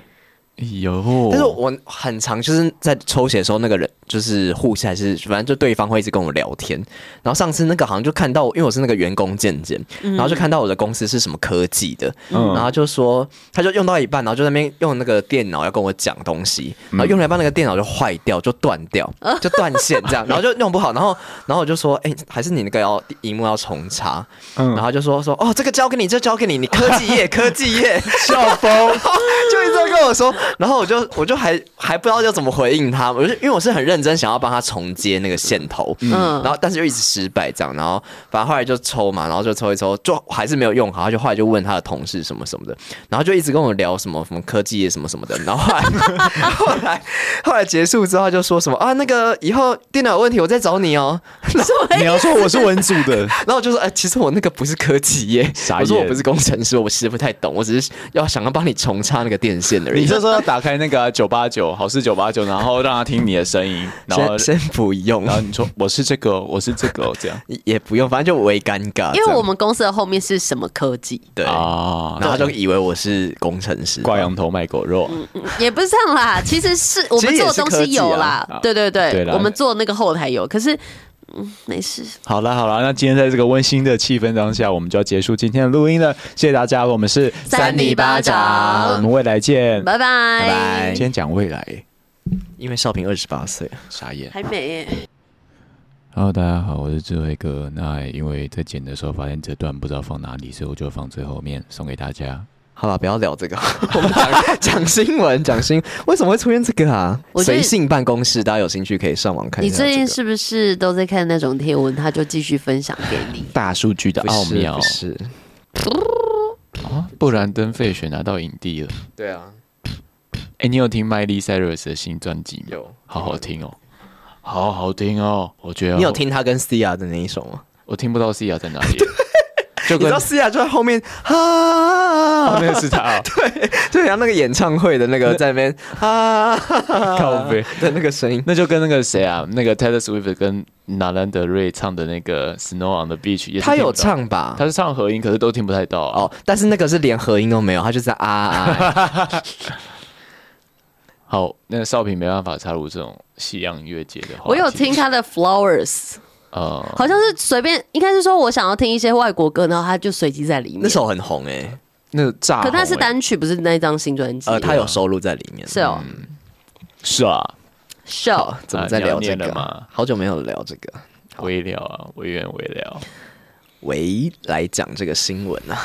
Speaker 1: 哎呦，
Speaker 2: 但是我很常就是在抽血的时候，那个人就是护士还是反正就对方会一直跟我聊天。然后上次那个好像就看到，因为我是那个员工健检，然后就看到我的公司是什么科技的，
Speaker 1: 嗯
Speaker 2: 然后他就说他就用到一半，然后就在那边用那个电脑要跟我讲东西，
Speaker 1: 嗯
Speaker 2: 然后用了一半那个电脑就坏掉，就断掉，就断线这 样，然后就弄不好，然后然后我就说，哎、还是你那个要荧幕要重插，
Speaker 1: 嗯
Speaker 2: 然后他就说说哦，这个交给你，这个交给你，你科 技业科技业。
Speaker 1: 笑疯。
Speaker 2: 就一直在跟我说，然后我就我就还还不知道要怎么回应他，我就因为我是很认真想要帮他重接那个线头，
Speaker 3: 嗯
Speaker 2: 然后但是就一直失败这样，然后反正后来就抽嘛，然后就抽一抽，就还是没有用好，他就后来就问他的同事什么什么的，然后就一直跟我聊什么什么科技业什么什么的，然后后来后来后来结束之后他就说什么啊那个以后电脑有问题我再找你哦，
Speaker 1: 你要说我是文组的，
Speaker 2: 然后我就说哎、其实我那个不是科技业，
Speaker 1: 傻眼
Speaker 2: 我说我不是工程师，我其实不太懂，我只是要想要帮你重插那个电线而已。
Speaker 1: 你这时候要打开那个九八九好事九八九，然后让他听你的声音，然后
Speaker 2: 先先不用，
Speaker 1: 然后你说我是这个哦，我是这个哦，这样
Speaker 2: 也不用，反正就微尴尬啊这样，
Speaker 3: 因为我们公司的后面是什么科技？
Speaker 2: 对，
Speaker 1: 啊，哦
Speaker 2: 然后就以为我是工程师，
Speaker 1: 挂羊头卖狗肉。
Speaker 3: 嗯也不是这样啦，其实是我们做的东西有啦，
Speaker 1: 其实也是科技啊
Speaker 3: 对对对，
Speaker 1: 对啦
Speaker 3: 我们做的那个后台有，可是嗯没事，
Speaker 1: 好了好了，那今天在这个温馨的气氛当下，我们就要结束今天的录音了。谢谢大家，我们是
Speaker 3: 三
Speaker 2: 尼巴掌
Speaker 1: 我们未来见。
Speaker 3: 拜拜，
Speaker 2: 嗯拜
Speaker 1: 今天讲未来，
Speaker 2: 因为少平二十八岁。
Speaker 1: 傻眼。
Speaker 3: 还没耶、
Speaker 1: Hello，大家好，我是智慧哥。那因为在剪的时候发现这段不知道放哪里，所以我就放最后面送给大家。
Speaker 2: 好了，不要聊这个， 我们讲讲新闻，讲新为什么会出现这个啊？
Speaker 3: 我觉
Speaker 2: 随
Speaker 3: 得
Speaker 2: 性办公室，大家有兴趣可以上网看一
Speaker 3: 你
Speaker 2: 下这个。
Speaker 3: 最近是不是都在看那种贴文？他就继续分享给你。
Speaker 1: 大数据的
Speaker 2: 不
Speaker 1: 奥
Speaker 2: 是
Speaker 1: 妙
Speaker 2: 不是，
Speaker 1: 啊！不然登费雪拿到影帝了。
Speaker 2: 对啊，
Speaker 1: 哎、你有听麦莉塞瑞斯的新专辑吗？
Speaker 2: 有
Speaker 1: 好好听哦，好好听哦。我觉得
Speaker 2: 你有，听他跟 Sia 的那一首吗？
Speaker 1: 我听不到 C 亚在哪 里，就
Speaker 2: 你知
Speaker 1: 跟
Speaker 2: 道 Sia 就在后面啊，
Speaker 1: 那个是他、哦、
Speaker 2: 对啊，那个演唱会的那 个在那边啊
Speaker 1: 靠背。
Speaker 2: 的那个声音，
Speaker 1: 那就跟那个谁啊，那个 Taylor Swift 跟纳兰德瑞唱的那个《Snow on the Beach》也是
Speaker 2: 他有
Speaker 1: 听不到，
Speaker 2: 唱吧？
Speaker 1: 他是唱合音，可是都听不太到哦。
Speaker 2: 哦，但是那个是连合音都没有，他就在啊啊。
Speaker 1: 好，那个少平没办法插入这种西洋音乐节的话题。
Speaker 3: 我有听他的 Flowers，
Speaker 2: 哦
Speaker 1: 呃，
Speaker 3: 好像是随便，应该是说我想要听一些外国歌，然后他就随机在里面。
Speaker 2: 那首很红哎、
Speaker 1: 那个炸
Speaker 3: 可
Speaker 1: 红欸，
Speaker 3: 那是单曲，不是那一张新专辑。
Speaker 2: 呃，他有收录在里面。
Speaker 3: 是哦，
Speaker 1: 是啊，
Speaker 3: 是哦
Speaker 2: 好，，怎么在
Speaker 1: 啊
Speaker 2: 聊这
Speaker 1: 你要
Speaker 2: 个
Speaker 1: 念了吗？
Speaker 2: 好久没有聊这个，
Speaker 1: 微聊啊，微远微聊。
Speaker 2: 喂，来讲这个新闻啊。